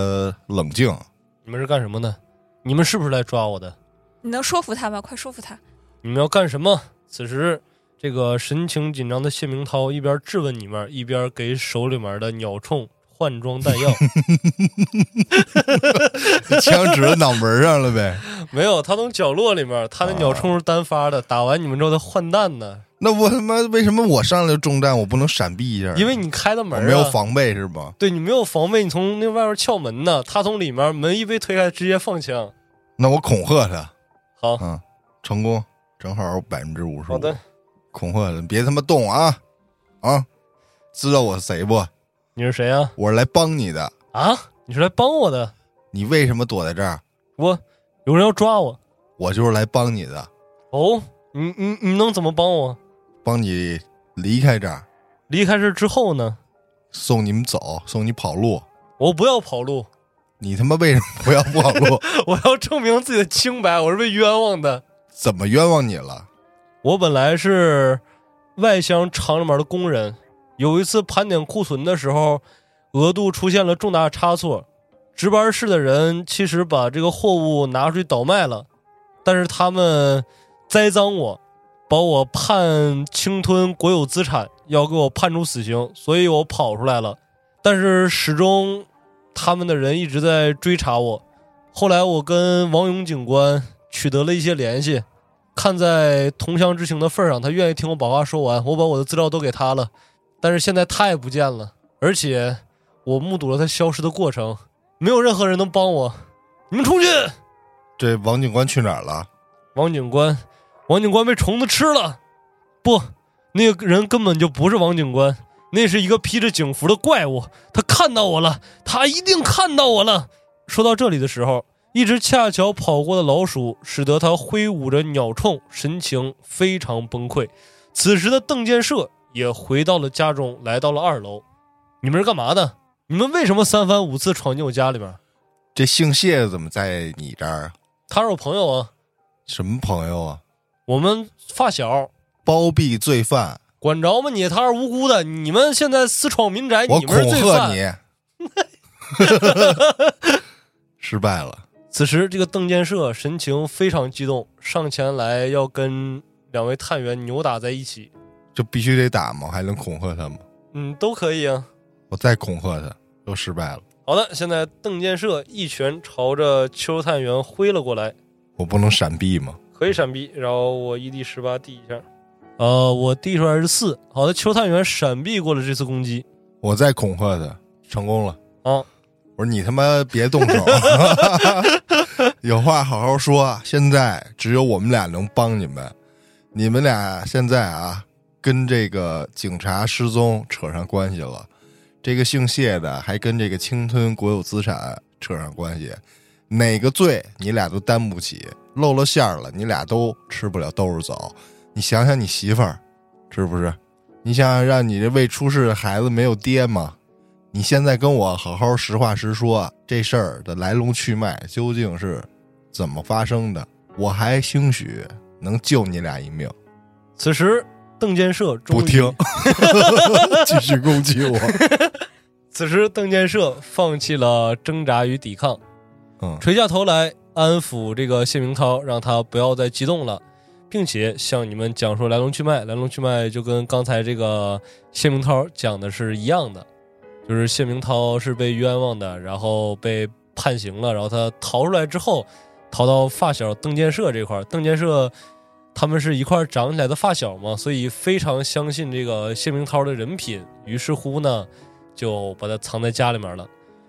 冷静， (laughs)
你们是干什么呢？你们是不是来抓我的？
你能说服他吗？快说服他！
你们要干什么？此时，这个神情紧张的谢明涛一边质问你们，一边给手里面的鸟铳换装弹
(laughs)
药。
枪指着脑门上了呗。
没有，他从角落里面，他的鸟铳是单发的，打完你们之后他换弹呢，
那我他妈为什么我上来就中弹，我不能闪避一下？
因为你开的
嗯我
门、啊、
没有防备是吧？
对你没有防备，你从那外边撬门呢，他从里面门一被推开，直接放枪。
那我恐吓他，
好，
嗯，成功，正好百分之五十
好
五。
的，
恐吓他，别他妈动啊啊！知道我是谁不？
你是谁呀、
我是来帮你的。
啊？你是来帮我的？
你为什么躲在这儿？
我有人要抓我
我就是来帮你的，
哦，你你你能怎么帮我？
帮你离开这儿，
离开这之后呢？
送你们走，送你跑路。
我不要跑路，
你他妈为什么不要跑路？ (laughs)
我要证明自己的清白，我是被冤枉的。
怎么冤枉你了？
我本来是外乡厂里面的工人，有一次盘点库存的时候，额度出现了重大差错。值班室的人其实把这个货物拿出去倒卖了，但是他们栽赃我，把我判侵吞国有资产，要给我判处死刑，所以我跑出来了。但是始终他们的人一直在追查我。后来我跟王勇警官取得了一些联系，看在同乡之情的份上，他愿意听我把话说完，我把我的资料都给他了，但是现在他也不见了，而且我目睹了他消失的过程，没有任何人能帮我。你们出去！
这王警官去哪儿了？
王警官，王警官被虫子吃了。不，那个人根本就不是王警官，那是一个披着警服的怪物。他看到我了，他一定看到我了。说到这里的时候，一只恰巧跑过的老鼠使得他挥舞着鸟铳，神情非常崩溃。此时的邓建设也回到了家中，来到了二楼。你们是干嘛的？你们为什么三番五次闯进我家里面？
这姓谢的怎么在你这儿？
他是我朋友啊，
什么朋友啊？
我们发小
包庇罪犯，
管着吗你？他是无辜的，你们现在私闯民宅，
我
哎你
恐
们是罪
吓
犯。
你， (laughs) 失败了。
此时，这个邓建设神情非常激动，上前来要跟两位探员扭打在一起。
就必须得打吗？还能恐吓他吗？
嗯，都可以啊。
我再恐吓他，又失败了。
好的，现在邓建设一拳朝着邱探员挥了过来，
我不能闪避吗？
可以闪避，然后我一 d 十八 d 一下。呃，我 d 出来是四。好的，邱探员闪避过了这次攻击。
我再恐吓他，成功了。
哦，
我说你他妈别动手，有话好好说。啊现在只有我们俩能帮你们，你们俩现在啊，跟这个警察失踪扯上关系了。这个姓谢的还跟这个侵吞国有资产扯上关系，哪个罪你俩都担不起，露了馅儿了，你俩都吃不了兜着走。你想想你媳妇儿，是不是？你想想，让你这未出世的孩子没有爹吗？你现在跟我好好实话实说，这事儿的来龙去脉究竟是怎么发生的？我还兴许能救你俩一命。
此时，邓建设终于
不
(laughs)
听，继续攻击我。 (laughs)
此时，邓建设放弃了挣扎与抵抗，
嗯，
垂下头来安抚这个谢明涛，让他不要再激动了，并且向你们讲述来龙去脉。来龙去脉就跟刚才这个谢明涛讲的是一样的，就是谢明涛是被冤枉的，然后被判刑了，然后他逃出来之后，逃到发小邓建设这块儿，邓建设。他们是一块儿长起来的发小嘛，所以非常相信这个谢明涛的人品。于是乎呢，就把他藏在家里面了，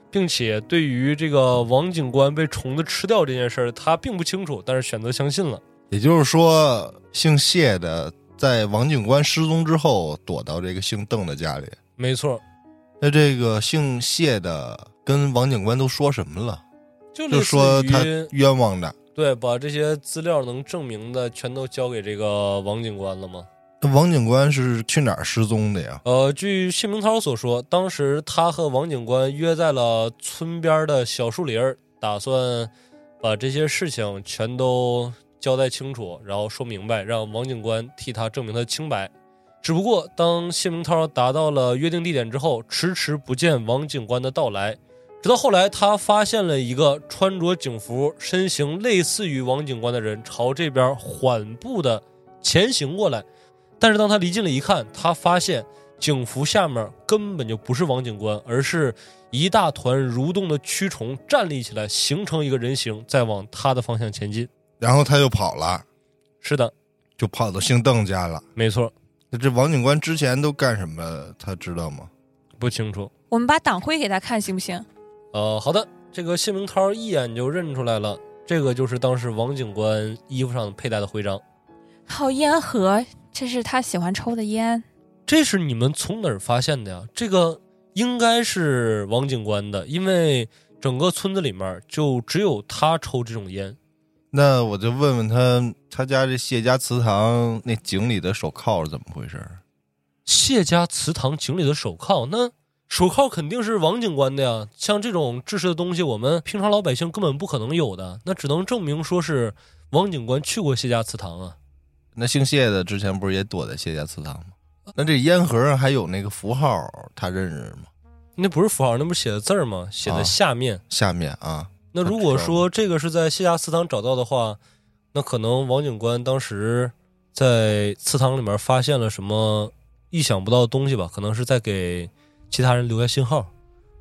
并且对于这个王警官被虫子吃掉这件事儿，他并不清楚，但是选择相信了。
也就是说，姓谢的在王警官失踪之后，躲到这个姓邓的家里。
没错，
那这个姓谢的跟王警官都说什么了？
就类
就
似
说
于
他冤枉的。
对，把这些资料能证明的全都交给这个王警官了吗？
那王警官是去哪儿失踪的呀？
呃，据谢明涛所说，当时他和王警官约在了村边的小树林儿，打算把这些事情全都交代清楚，然后说明白，让王警官替他证明他的清白。只不过，当谢明涛达到了约定地点之后，迟迟不见王警官的到来。直到后来，他发现了一个穿着警服、身形类似于王警官的人朝这边缓步的前行过来。但是当他离近了一看，他发现警服下面根本就不是王警官，而是一大团蠕动的蛆虫站立起来，形成一个人形，再往他的方向前进。
然后他就跑了，
是的，
就跑到姓邓家了。
没错，
那这王警官之前都干什么？他知道吗？
不清楚。
我们把党徽给他看行不行？
呃，好的，这个谢明涛一眼就认出来了，这个就是当时王警官衣服上佩戴的徽章。
还有烟盒，这是他喜欢抽的烟。
这是你们从哪儿发现的呀？这个应该是王警官的，因为整个村子里面就只有他抽这种烟。
那我就问问他，他家这谢家祠堂那井里的手铐是怎么回事？
谢家祠堂井里的手铐，那手铐肯定是王警官的呀。像这种制式的东西，我们平常老百姓根本不可能有的，那只能证明说是王警官去过谢家祠堂啊。
那姓谢的之前不是也躲在谢家祠堂吗？那这烟盒上还有那个符号，他认识吗？
那不是符号，那不是写的字儿吗？写
啊
在下面。
下面啊，
那如果说这个是在谢家祠堂找到的话，那可能王警官当时在祠堂里面发现了什么意想不到的东西吧？可能是在给其他人留下信号。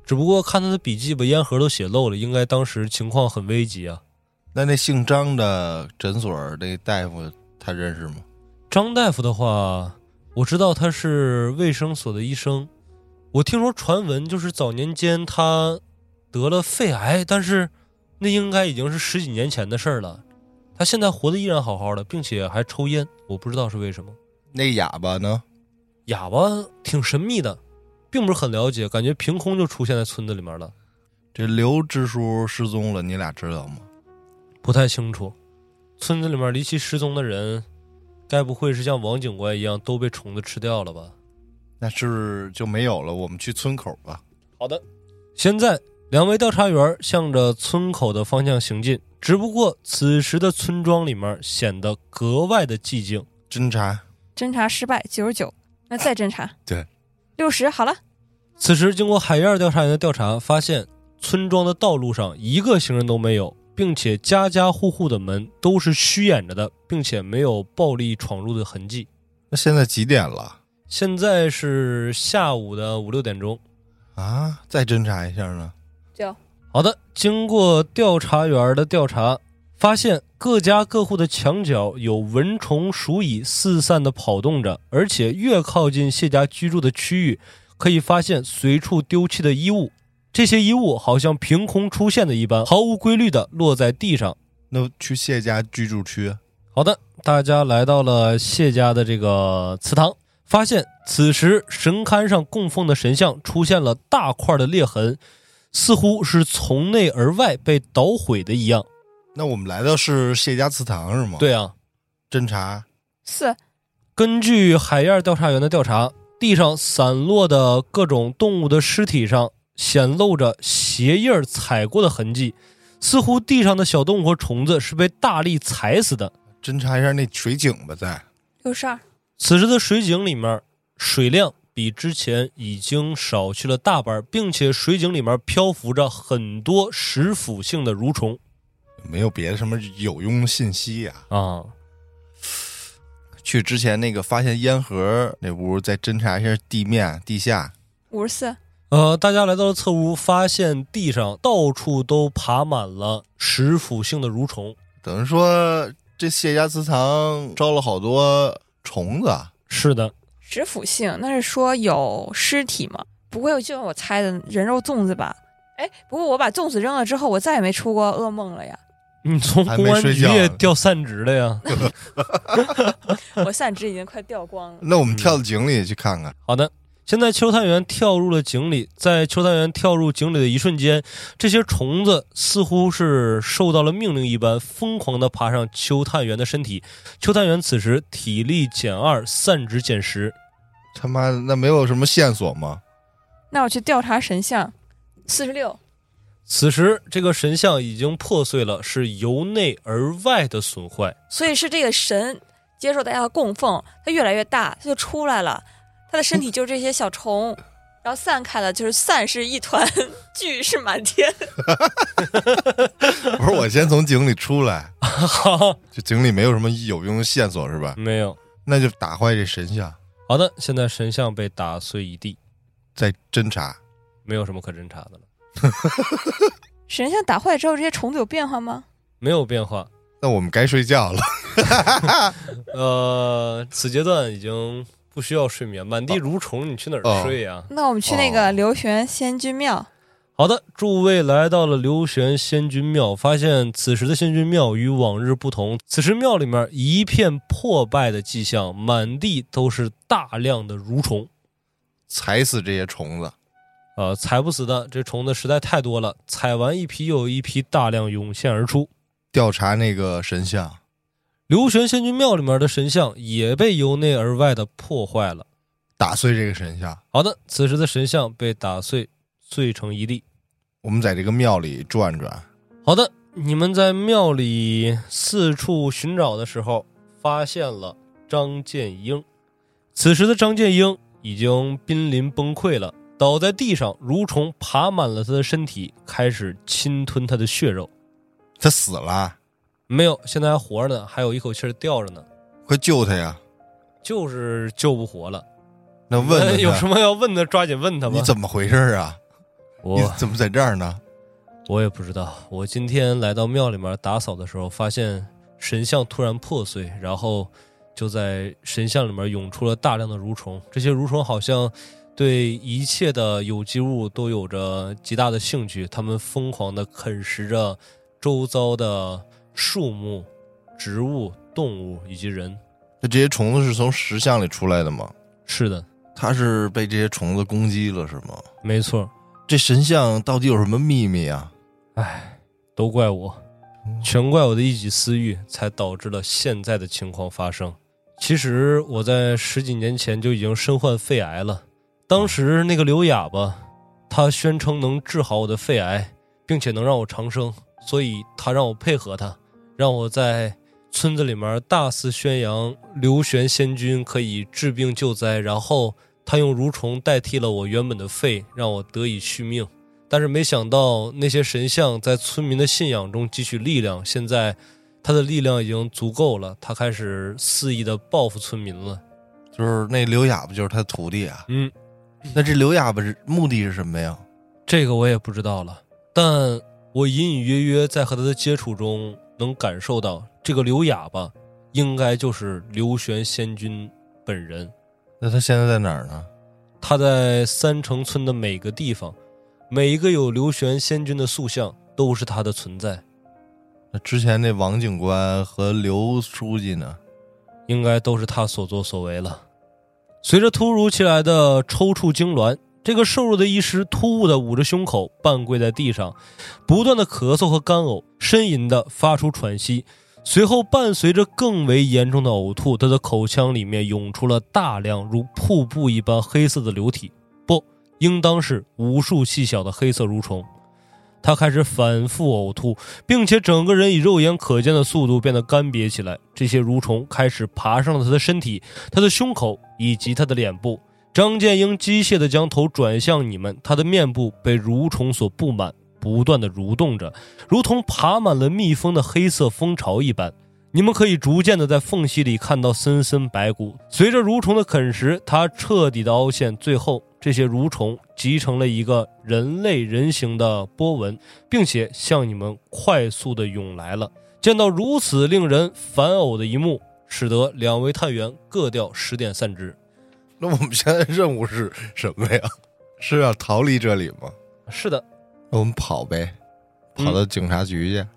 只不过看他的笔记，把烟盒都写漏了，应该当时情况很危急啊。
那那姓张的诊所那大夫他认识吗？
张大夫的话，我知道他是卫生所的医生，我听说传闻就是早年间他得了肺癌，但是那应该已经是十几年前的事儿了。他现在活得依然好好的，并且还抽烟，我不知道是为什么。
那哑巴呢？
哑巴挺神秘的，并不是很了解，感觉凭空就出现在村子里面了，
这刘支书失踪了，你俩知道吗？
不太清楚。村子里面离奇失踪的人，该不会是像王警官一样都被虫子吃掉了吧？
那是就没有了，我们去村口吧。
好的，现在两位调查员向着村口的方向行进，只不过此时的村庄里面显得格外的寂静。
侦查
侦查失败九十九，那再侦查，
对，
六十好了，
此时，经过海燕调查员的调查，发现村庄的道路上一个行人都没有，并且家家户户的门都是虚掩着的，并且没有暴力闯入的痕迹。
那现在几点了
现在是下午的五六点钟。
啊？再侦查一下呢？
九
好的，经过调查员的调查，发现各家各户的墙角有蚊虫、鼠蚁四散的跑动着，而且越靠近谢家居住的区域，可以发现随处丢弃的衣物。这些衣物好像凭空出现的一般，毫无规律的落在地上。
那去谢家居住区
好的，大家来到了谢家的这个祠堂，发现此时神龛上供奉的神像出现了大块的裂痕，似乎是从内而外被捣毁的一样。
那我们来的是谢家祠堂是吗？，
对啊，
侦查
四
根据海燕调查员的调查，地上散落的各种动物的尸体上显露着鞋印儿踩过的痕迹，似乎地上的小动物和虫子是被大力踩死的。
侦查一下那水井吧，在
六十二，
此时的水井里面水量比之前已经少去了大半儿，并且水井里面漂浮着很多食腐性的蠕虫
没有别的什么有用信息呀、
啊。
去之前那个发现烟盒那屋，再侦查一下地面、地下。
五十四，
呃，大家来到了侧屋，发现地上到处都爬满了食腐性的蠕虫。
等于说这谢家祠堂招了好多虫子啊，
是的，
食腐性，那是说有尸体吗？不会，就像我猜的人肉粽子吧？哎，不过我把粽子扔了之后，我再也没出过噩梦了呀，
你从
还没
公安
睡
局
觉
也
呢
掉散值了呀。
我散值已经快掉光了。
那我们跳到井里去看看，
好的，现在秋探员跳入了井里，在秋探员跳入井里的一瞬间，这些虫子似乎是受到了命令一般，疯狂地爬上秋探员的身体。秋探员此时体力减二，散值减十。
他妈的那没有什么线索吗？ (laughs)
那我去调查神像，四十六，
此时这个神像已经破碎了，是由内而外的损坏。 (laughs)
所以是这个神接受大家的供奉，它越来越大，它就出来了，它的身体就是这些小虫，然后散开了，就是散是一团， (laughs) 聚是满天。
不是，我先从井里出来，
好，
这井里没有什么有用的线索是吧？
没有。
那就打坏这神像，
好的，现在神像被打碎一地，
再侦查。
没有什么可侦查的了，
神像打坏之后，这些虫子有变化吗？
没有变化。
那我们该睡觉了， (laughs)
呃，此阶段已经不需要睡眠，满地蠕虫，你去哪儿
哦
睡呀、
那我们去那
哦
个刘玄仙君庙，
好的，诸位来到了刘玄仙君庙，发现此时的仙君庙与往日不同，此时庙里面一片破败的迹象，满地都是大量的蠕虫。
踩死这些虫子。
呃，踩不死的，这虫子实在太多了，踩完一批又有一批，大量涌现而出。
调查那个神像，
刘玄仙君庙里面的神像也被由内而外的破坏了。
打碎这个神像。
好的，此时的神像被打碎，碎成一地。
我们在这个庙里转转，
好的，你们在庙里四处寻找的时候，发现了张建英。此时的张建英已经濒临崩溃了，倒在地上，蠕虫爬满了他的身体，开始侵吞他的血肉。
他死了，
没有，现在还活着呢，还有一口气儿吊着呢，
快救他呀！
就是救不活了。
那问问
哎 (laughs) 有
他，
什么要问的，抓紧问他吧。
你怎么回事啊？你
我
怎么在这儿呢？
我也不知道，我今天来到庙里面打扫的时候，发现神像突然破碎，然后就在神像里面涌出了大量的蠕虫。这些蠕虫好像对一切的有机物都有着极大的兴趣，它们疯狂地啃食着周遭的树木、植物、动物以及人。
那这些虫子是从石像里出来的吗？
是的，
他是被这些虫子攻击了是吗？
没错，
这神像到底有什么秘密啊？
都怪我，全怪我的一己私欲，才导致了现在的情况发生。其实我在十几年前就已经身患肺癌了，当时那个刘哑巴，他宣称能治好我的肺癌，并且能让我长生。所以他让我配合他，让我在村子里面大肆宣扬刘玄仙君可以治病救灾，然后他用蠕虫代替了我原本的肺，让我得以续命。但是没想到那些神像在村民的信仰中汲取力量，现在他的力量已经足够了，他开始肆意的报复村民了。
就是那刘哑巴就是他徒弟啊。
嗯，
那这刘哑巴是目的是什么呀？
这个我也不知道了，但我隐隐约约在和他的接触中能感受到，这个刘哑巴应该就是刘玄仙君本人。
那他现在在哪儿呢？
他在三城村的每个地方，每一个有刘玄仙君的塑像，都是他的存在，
那之前那王警官和刘书记呢？
应该都是他所作所为了。随着突如其来的抽搐痉挛，这个瘦弱的医师突兀地捂着胸口，半跪在地上，不断的咳嗽和干呕，呻吟地发出喘息。随后伴随着更为严重的呕吐，他的口腔里面涌出了大量如瀑布一般黑色的流体，不，应当是无数细小的黑色蠕虫。他开始反复呕吐，并且整个人以肉眼可见的速度变得干瘪起来。这些蠕虫开始爬上了他的身体，他的胸口以及他的脸部。张建英机械地将头转向你们，他的面部被蠕虫所布满，不断地蠕动着，如同爬满了蜜蜂的黑色蜂巢一般。你们可以逐渐地在缝隙里看到森森白骨。随着蠕虫的啃食，它彻底的凹陷，最后这些蠕虫集成了一个人类人形的波纹，并且向你们快速地涌来了。见到如此令人烦呕的一幕，使得两位探员各掉十点散值。
(laughs) 那我们现在任务是什么呀？是要逃离这里吗？嗯
是的，
那我们跑呗，跑到警察局去。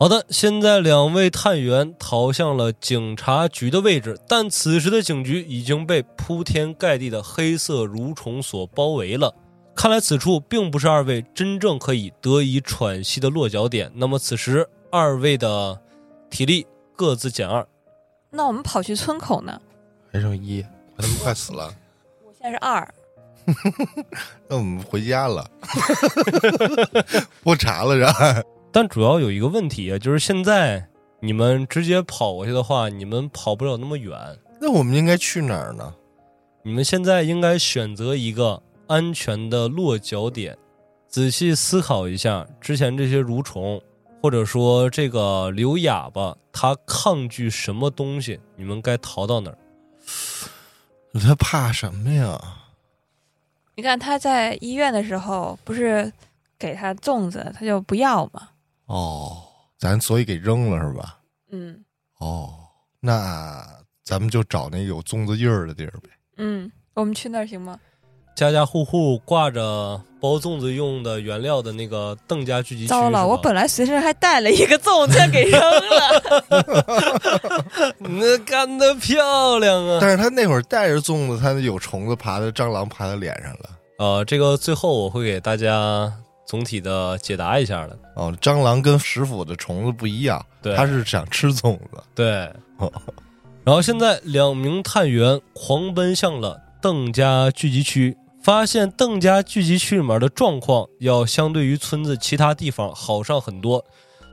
好的，现在两位探员逃向了警察局的位置，但此时的警局已经被铺天盖地的黑色蠕虫所包围了。看来此处并不是二位真正可以得以喘息的落脚点。那么此时二位的体力各自减二，
那我们跑去村口呢？
还剩 (laughs) 一，他们快死 (laughs) 了。
我现在是二，
那我们回家了， (laughs) 不查了然后
但主要有一个问题啊，就是现在你们直接跑过去的话，你们跑不了那么远。
那我们应该去哪儿呢？
你们现在应该选择一个安全的落脚点，仔细思考一下之前这些蠕虫，或者说这个刘哑巴，它抗拒什么东西？你们该逃到哪儿？
他怕什么呀？
你看他在医院的时候，不是给他粽子，他就不要嘛。
哦，咱所以给扔了是吧？
嗯
哦，那咱们就找那有粽子印儿的地儿呗。
嗯，我们去那儿行吗？
家家户户挂着包粽子用的原料的那个邓家聚集区。
糟
是吧
了，我本来随身还带了一个粽子给扔了。
那干得漂亮啊！
但是他那会儿带着粽子，他有虫子爬的，蟑螂爬他脸上了。
呃，这个最后我会给大家总体的解答一下的。
哦，蟑螂跟食腐的虫子不一样，
对，
它是想吃粽子。
对，然后现在两名探员狂奔向了邓家聚集区，发现邓家聚集区里面的状况要相对于村子其他地方好上很多。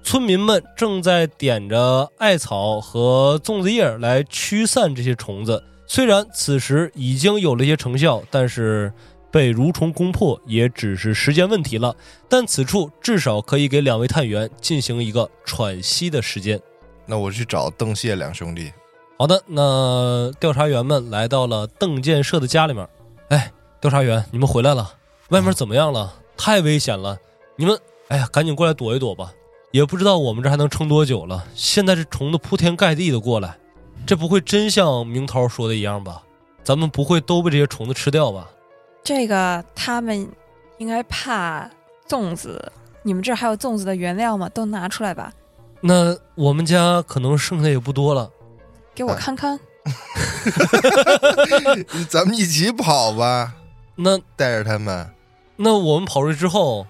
村民们正在点着艾草和粽子叶来驱散这些虫子。虽然此时已经有了一些成效，但是被蠕虫攻破也只是时间问题了。但此处至少可以给两位探员进行一个喘息的时间。
那我去找邓谢两兄弟。
好的，那调查员们来到了邓建设的家里面。哎，调查员，你们回来了，外面怎么样了？太危险了，你们，哎呀，赶紧过来躲一躲吧。也不知道我们这还能撑多久了。现在这虫子铺天盖地的过来，这不会真像明涛说的一样吧？咱们不会都被这些虫子吃掉吧？
这个他们应该怕粽子，你们这儿还有粽子的原料吗？都拿出来吧，
那我们家可能剩下也不多了。
给我看看。
咱们一起跑吧，
那
带着他们，
那我们跑出去之后，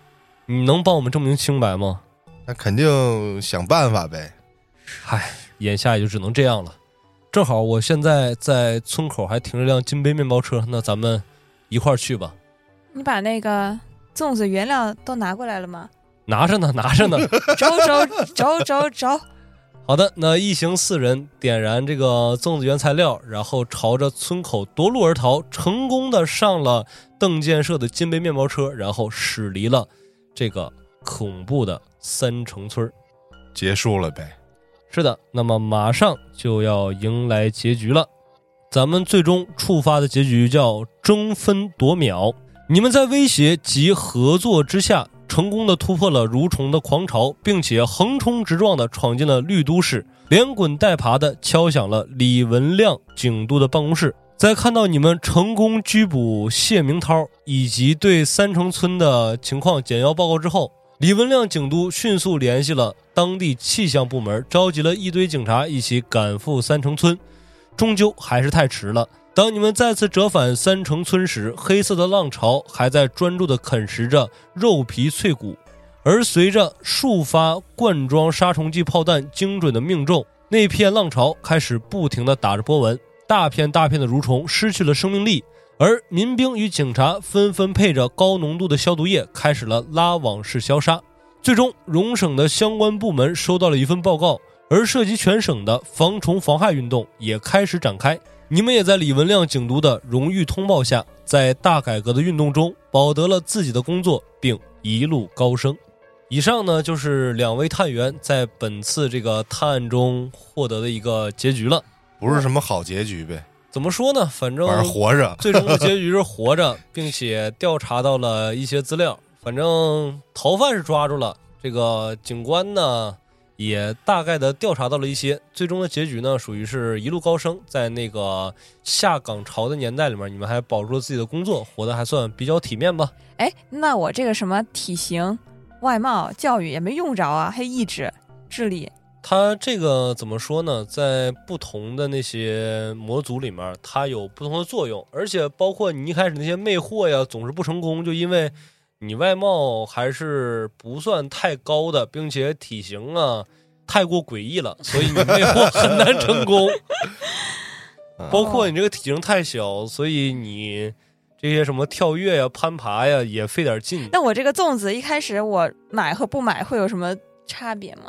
你能帮我们证明清白吗？
那肯定想办法呗。
唉，眼下也就只能这样了。正好我现在在村口还停着辆金杯面包车，那咱们一块儿去吧。
你把那个粽子原料都拿过来了吗？
拿着呢，拿着呢。
找找找找找，
好的，那一行四人点燃这个粽子原材料，然后朝着村口夺路而逃，成功的上了邓建设的金杯面包车，然后驶离了这个恐怖的三城村儿。
结束了呗。
是的，那么马上就要迎来结局了。咱们最终触发的结局叫争分夺秒。你们在威胁及合作之下，成功的突破了蠕虫的狂潮，并且横冲直撞的闯进了绿都市，连滚带爬的敲响了李文亮警督的办公室。在看到你们成功拘捕谢明涛以及对三城村的情况简要报告之后，李文亮警督迅速联系了当地气象部门，召集了一堆警察一起赶赴三城村。终究还是太迟了。当你们再次折返三城村时，黑色的浪潮还在专注地啃食着肉皮脆骨，而随着数发罐装杀虫剂炮弹精准的命中，那片浪潮开始不停地打着波纹，大片大片的蠕虫失去了生命力，而民兵与警察纷纷配着高浓度的消毒液开始了拉网式消杀。最终，荣省的相关部门收到了一份报告，而涉及全省的防虫防害运动也开始展开。你们也在李文亮警督的荣誉通报下，在大改革的运动中保得了自己的工作，并一路高升。以上呢，就是两位探员在本次这个探案中获得的一个结局了。
不是什么好结局呗，
怎么说呢？反正
反正活着。
最终的结局是活着，并且调查到了一些资料。反正逃犯是抓住了，这个警官呢也大概的调查到了一些。最终的结局呢，属于是一路高升，在那个下岗潮的年代里面，你们还保住了自己的工作，活得还算比较体面吧。
哎，那我这个什么体型、外貌、教育也没用着啊，还有意志、智力，
他这个怎么说呢？在不同的那些模组里面，它有不同的作用，而且包括你一开始那些魅惑呀，总是不成功，就因为你外貌还是不算太高的，并且体型啊太过诡异了，所以你魅惑很难成功。包括你这个体型太小，所以你这些什么跳跃呀、攀爬呀也费点劲。
那我这个粽子一开始我买和不买会有什么差别吗？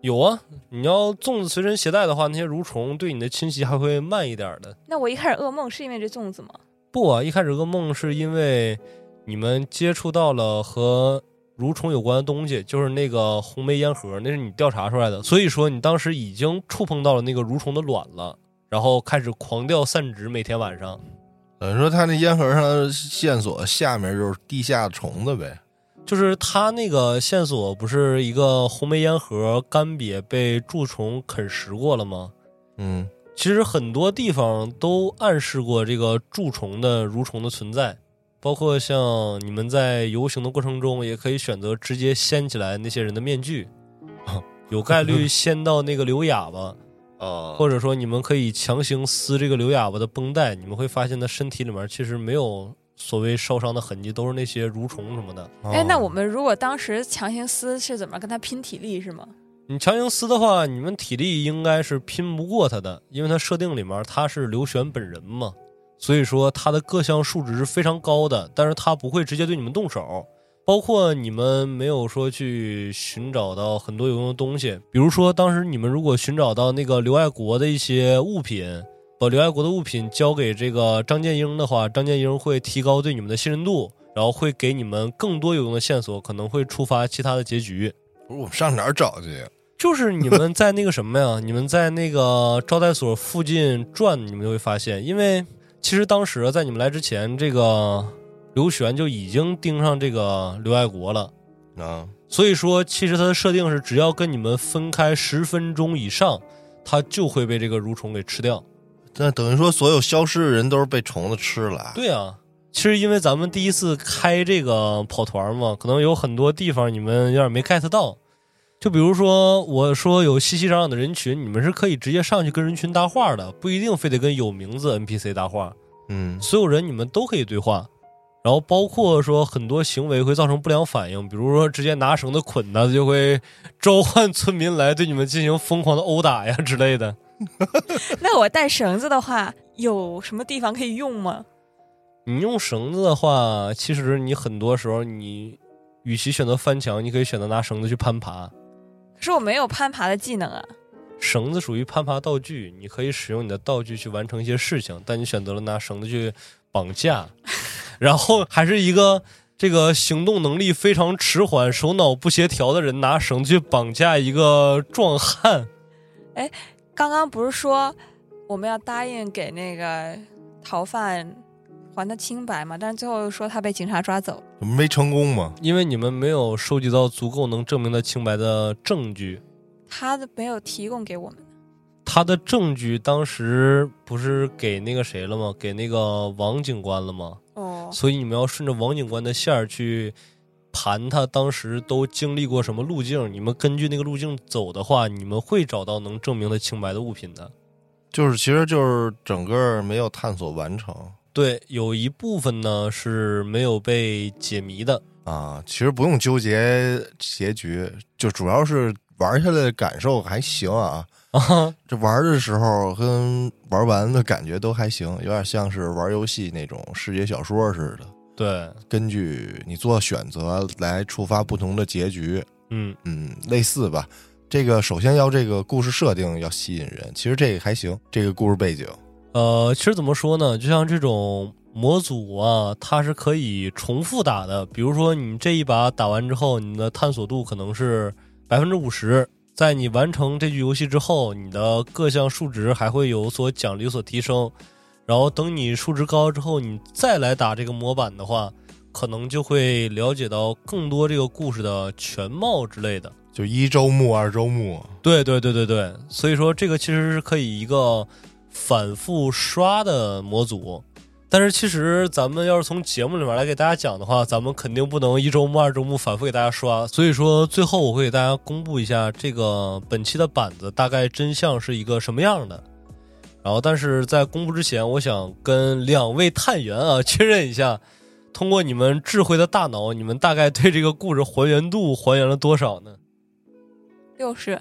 有啊，你要粽子随身携带的话，那些蠕虫对你的侵袭还会慢一点的。
那我一开始噩梦是因为这粽子吗？
不啊，一开始噩梦是因为你们接触到了和蠕虫有关的东西，就是那个红梅烟盒，那是你调查出来的，所以说你当时已经触碰到了那个蠕虫的卵了，然后开始狂掉散值，每天晚上。
等于呃说他那烟盒上的线索下面就是地下虫子呗，
就是他那个线索不是一个红梅烟盒干瘪被蛀虫啃食过了吗？
嗯，
其实很多地方都暗示过这个蛀虫的蠕虫的存在，包括像你们在游行的过程中，也可以选择直接掀起来那些人的面具， (laughs) 有概率掀到那个刘哑巴，
哦
或者说你们可以强行撕这个刘哑巴的绷带，你们会发现他身体里面其实没有所谓烧伤的痕迹，都是那些蠕虫什么的。
哦
哎，那我们如果当时强行撕是怎么跟他拼体力是吗？ (laughs)
你强行撕的话，你们体力应该是拼不过他的，因为他设定里面他是刘璇本人嘛，所以说他的各项数值是非常高的，但是他不会直接对你们动手，包括你们没有说去寻找到很多有用的东西，比如说当时你们如果寻找到那个刘爱国的一些物品，把刘爱国的物品交给这个张建英的话，张建英会提高对你们的信任度，然后会给你们更多有用的线索，可能会触发其他的结局。
不是我们上哪儿找去呀？
就是你们在那个什么呀？你们在那个招待所附近转，你们就会发现，因为其实当时在你们来之前，这个刘璇就已经盯上这个刘爱国了。
啊，
所以说，其实它的设定是，只要跟你们分开十分钟以上，它就会被这个蠕虫给吃掉。
那等于说所有消失的人都是被虫子吃了啊。
对啊，其实因为咱们第一次开这个跑团嘛，可能有很多地方你们有点没 get 到。就比如说，我说有熙熙攘攘的人群，你们是可以直接上去跟人群搭话的，不一定非得跟有名字 NPC 搭话，
嗯，
所有人你们都可以对话。然后包括说很多行为会造成不良反应，比如说直接拿绳子捆他，就会召唤村民来对你们进行疯狂的殴打呀之类的。
那我带绳子的话，有什么地方可以用吗？
你用绳子的话，其实你很多时候你与其选择翻墙，你可以选择拿绳子去攀爬。
可是我没有攀爬的技能啊。
绳子属于攀爬道具，你可以使用你的道具去完成一些事情，但你选择了拿绳子去绑架， (laughs) 然后还是一个这个行动能力非常迟缓、手脑不协调的人拿绳子去绑架一个壮汉。
刚刚不是说我们要答应给那个逃犯还他清白嘛？但是最后又说他被警察抓走。
没成功嘛？
因为你们没有收集到足够能证明他清白的证据，
他的没有提供给我们，
他的证据当时不是给那个谁了吗？给那个王警官了吗？
哦，
所以你们要顺着王警官的线儿去盘他当时都经历过什么路径。你们根据那个路径走的话，你们会找到能证明他清白的物品的。
就是其实就是整个没有探索完成
对，有一部分呢是没有被解谜的。 (laughs)
啊。其实不用纠结结局，就主要是玩下来的感受还行啊。
啊，
这玩的时候跟玩完的感觉都还行，有点像是玩游戏那种视觉小说似的，
对，
根据你做选择来触发不同的结局，
嗯，
嗯，类似吧。这个首先要这个故事设定要吸引人，其实这个还行，这个故事背景
呃，其实怎么说呢？就像这种模组啊，它是可以重复打的。比如说，你这一把打完之后，你的探索度可能是百分之五十。在你完成这局游戏之后，你的各项数值还会有所奖励、有所提升。然后等你数值高之后，你再来打这个模板的话，可能就会了解到更多这个故事的全貌之类的。
就一周目、二周目，
对对对对对，所以说这个其实是可以一个反复刷的模组，但是其实咱们要是从节目里面来给大家讲的话，咱们肯定不能一周目、二周目反复给大家刷，所以说最后我会给大家公布一下这个本期的板子大概真相是一个什么样的。然后，但是在公布之前，我想跟两位探员啊 (laughs) 确认一下，通过你们智慧的大脑，你们大概对这个故事还原度还原了多少呢？
六十。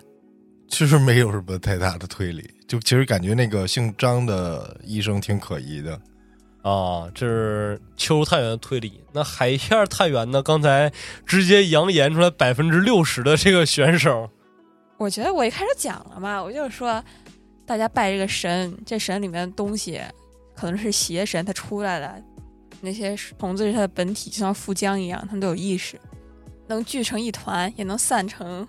其实没有什么太大的推理，就其实感觉那个姓张的医生挺可疑的。
啊，这是邱探员的推理。那海燕儿探员呢？刚才直接扬言出来百分之六十的这个选手，
我觉得我一开始讲了嘛，我就是说，大家拜这个神，这神里面的东西可能是邪神，它出来了，那些虫子是它的本体，就像富江一样，它们都有意识，能聚成一团，也能散成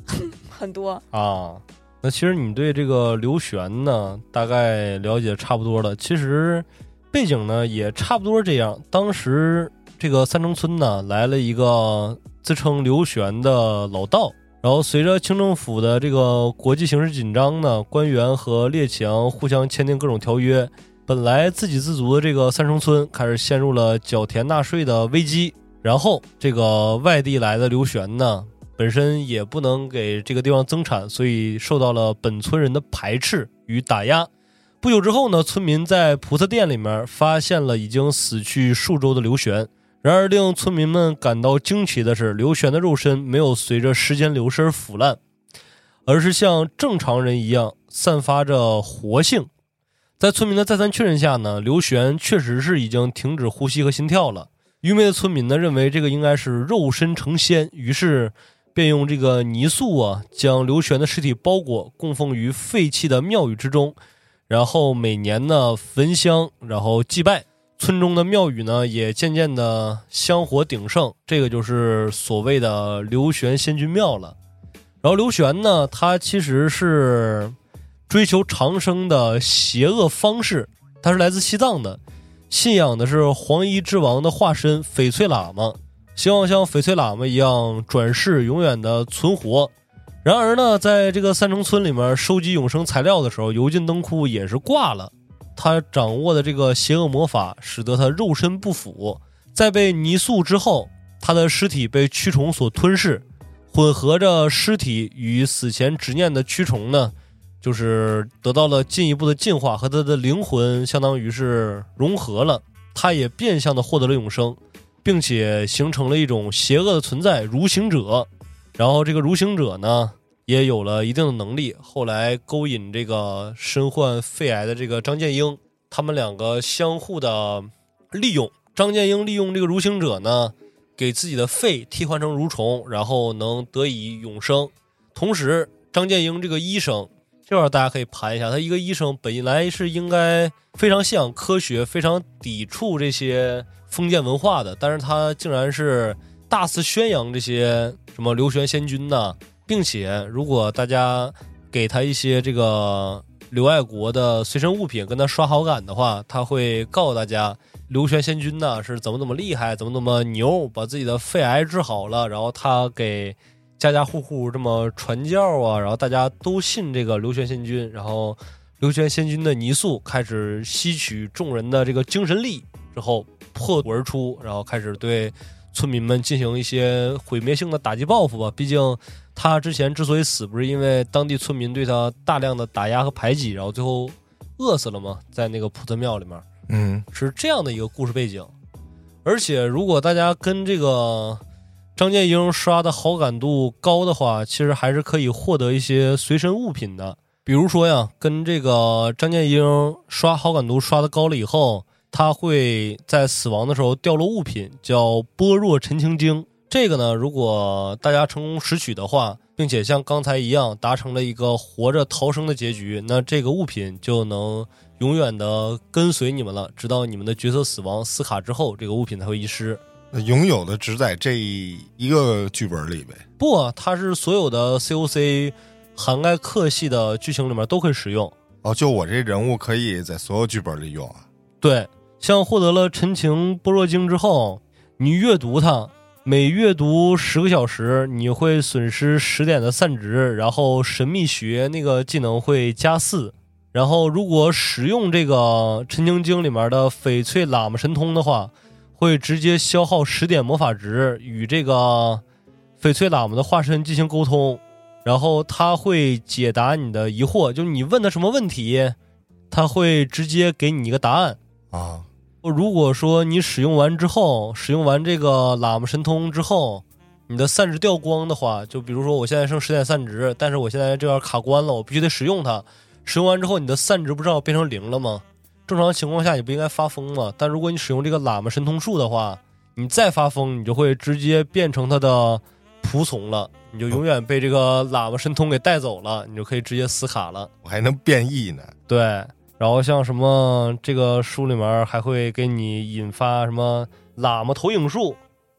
(laughs) 很多。
啊，那其实你对这个刘璇呢，大概了解差不多了。其实背景呢也差不多这样。当时这个三城村呢来了一个自称刘璇的老道，然后随着清政府的这个国际形势紧张呢，官员和列强互相签订各种条约，本来自给自足的这个三城村开始陷入了缴田纳税的危机。然后这个外地来的刘璇呢，本身也不能给这个地方增产，所以受到了本村人的排斥与打压。不久之后呢，村民在菩萨殿里面发现了已经死去数周的刘玄。然而，令村民们感到惊奇的是，刘玄的肉身没有随着时间流逝而腐烂，而是像正常人一样散发着活性。在村民的再三确认下呢，刘玄确实是已经停止呼吸和心跳了。愚昧的村民呢，认为这个应该是肉身成仙，于是便用这个泥塑啊，将刘玄的尸体包裹，供奉于废弃的庙宇之中，然后每年呢焚香，然后祭拜。村中的庙宇呢，也渐渐的香火鼎盛，这个就是所谓的刘玄仙君庙了。然后刘玄呢，他其实是追求长生的邪恶方式，他是来自西藏的，信仰的是黄衣之王的化身翡翠喇嘛。希望像翡翠喇嘛一样转世，永远的存活。然而呢，在这个三城村里面收集永生材料的时候，油尽灯枯也是挂了。他掌握的这个邪恶魔法，使得他肉身不腐。在被泥塑之后，他的尸体被蛆虫所吞噬，混合着尸体与死前执念的蛆虫呢，就是得到了进一步的进化，和他的灵魂相当于是融合了。他也变相的获得了永生。并且形成了一种邪恶的存在——如行者。然后这个如行者呢，也有了一定的能力，后来勾引这个身患肺癌的这个张建英，他们两个相互的利用。张建英利用这个如行者呢，给自己的肺替换成蠕虫，然后能得以永生。同时，张建英这个医生，这块儿大家可以盘一下，他一个医生本来是应该非常信仰科学，非常抵触这些封建文化的，但是他竟然是大肆宣扬这些什么刘玄仙君呐、并且如果大家给他一些这个刘爱国的随身物品，跟他刷好感的话，他会告诉大家刘玄仙君呐、是怎么怎么厉害，怎么怎么牛，把自己的肺癌治好了，然后他给家家户户这么传教啊，然后大家都信这个刘玄仙君，然后刘玄仙君的泥塑开始吸取众人的这个精神力之后破土而出，然后开始对村民们进行一些毁灭性的打击报复吧，毕竟。他之前之所以死，不是因为当地村民对他大量的打压和排挤，然后最后饿死了吗？在那个普特庙里面
嗯，
是这样的一个故事背景。而且，如果大家跟这个张建英刷的好感度高的话，其实还是可以获得一些随身物品的。比如说呀，跟这个张建英刷好感度刷的高了以后，他会在死亡的时候掉落物品，叫般若陈情经。这个呢，如果大家成功拾取的话，并且像刚才一样达成了一个活着逃生的结局，那这个物品就能永远的跟随你们了，直到你们的角色死亡撕卡之后，这个物品才会遗失。
那拥有的只在这一个剧本里呗。
不啊，它是所有的 COC 涵盖克系的剧情里面都可以使用。
哦，就我这人物可以在所有剧本里用啊。
对，像获得了《陈情般若经》之后，你阅读它，每阅读十个小时，你会损失十点的散值，然后神秘学那个技能会加四。然后，如果使用这个《陈情经》里面的翡翠喇嘛神通的话，会直接消耗十点魔法值，与这个翡翠喇嘛的化身进行沟通，然后他会解答你的疑惑，就是你问他什么问题，他会直接给你一个答案。
啊，
如果说你使用完之后，使用完这个喇嘛神通之后，你的散值掉光的话，就比如说我现在剩十点散值，但是我现在这边卡关了，我必须得使用它。使用完之后，你的散值不正好变成零了吗？正常情况下你不应该发疯吗？但如果你使用这个喇嘛神通术的话，你再发疯，你就会直接变成他的仆从了，你就永远被这个喇嘛神通给带走了，你就可以直接死卡了。
我还能变异呢。
对，然后像什么这个书里面还会给你引发什么喇嘛投影术，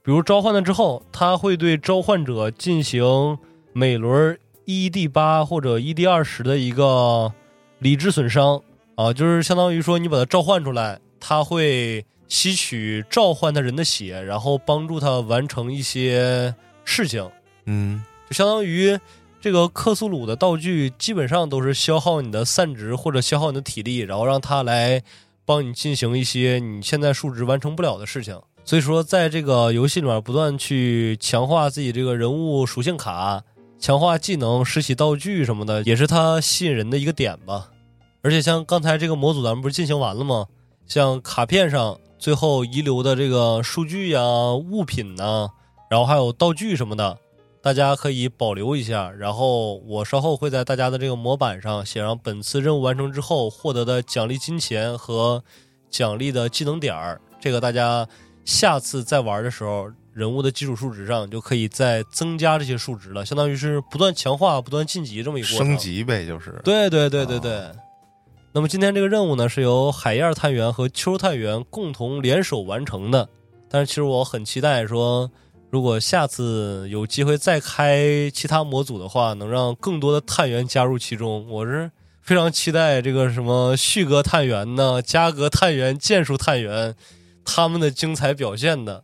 比如召唤了之后，它会对召唤者进行每轮一 d 八或者一 d 二十的一个理智损伤啊，就是相当于说你把它召唤出来，它会吸取召唤的人的血，然后帮助他完成一些事情。
嗯，
就相当于这个克苏鲁的道具基本上都是消耗你的散值或者消耗你的体力，然后让它来帮你进行一些你现在数值完成不了的事情。所以说，在这个游戏里面不断去强化自己这个人物属性卡，强化技能、拾起道具什么的，也是它吸引人的一个点吧。而且像刚才这个模组，咱们不是进行完了吗？像卡片上最后遗留的这个数据呀、物品呐、然后还有道具什么的，大家可以保留一下，然后我稍后会在大家的这个模板上写上本次任务完成之后获得的奖励金钱和奖励的技能点儿。这个大家下次再玩的时候，人物的基础数值上就可以再增加这些数值了，相当于是不断强化、不断晋级这么一个过程。
升级呗，就是。
对对对对对。那么今天这个任务呢，是由海燕探员和秋探员共同联手完成的。但是其实我很期待说，如果下次有机会再开其他模组的话，能让更多的探员加入其中。我是非常期待这个什么旭哥探员呢、嘉哥探员、剑术探员他们的精彩表现的。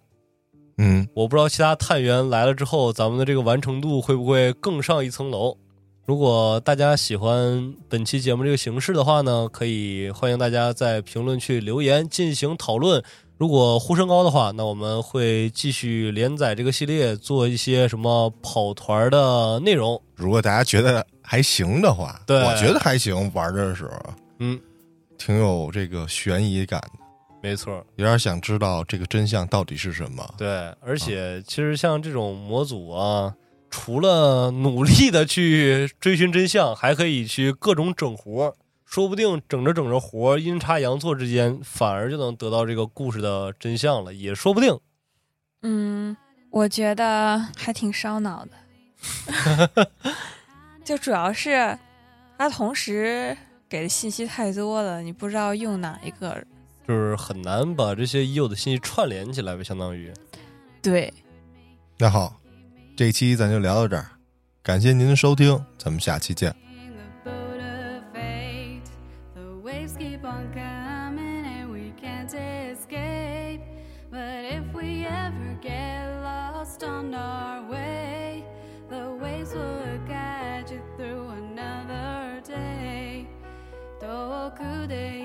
嗯，
我不知道其他探员来了之后，咱们的这个完成度会不会更上一层楼。如果大家喜欢本期节目这个形式的话呢，可以欢迎大家在评论区留言进行讨论。如果呼声高的话，那我们会继续连载这个系列，做一些什么跑团的内容。
如果大家觉得还行的话，
对
我觉得还行。玩的时候
嗯，
挺有这个悬疑感的，
没错，
有点想知道这个真相到底是什么。
对。而且其实像这种模组啊，除了努力的去追寻真相，还可以去各种整活儿。说不定整着整着活儿，阴差阳错之间，反而就能得到这个故事的真相了，也说不定。
嗯，我觉得还挺烧脑的，就主要是它同时给的信息太多了，你不知道用哪一个。
就是很难把这些已有的信息串联起来呗，相当于。
对，
那好，这一期咱就聊到这儿，感谢您的收听，咱们下期见。
The boat of fate, the waves keep on coming and we can't escape. But if we ever get lost on our way, the waves will guide you through another day. 遠くで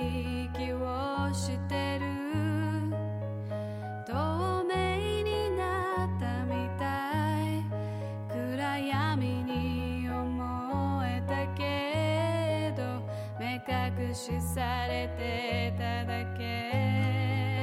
息をしてる。透明になったみたい。暗闇に思えたけど目隠しされてただけ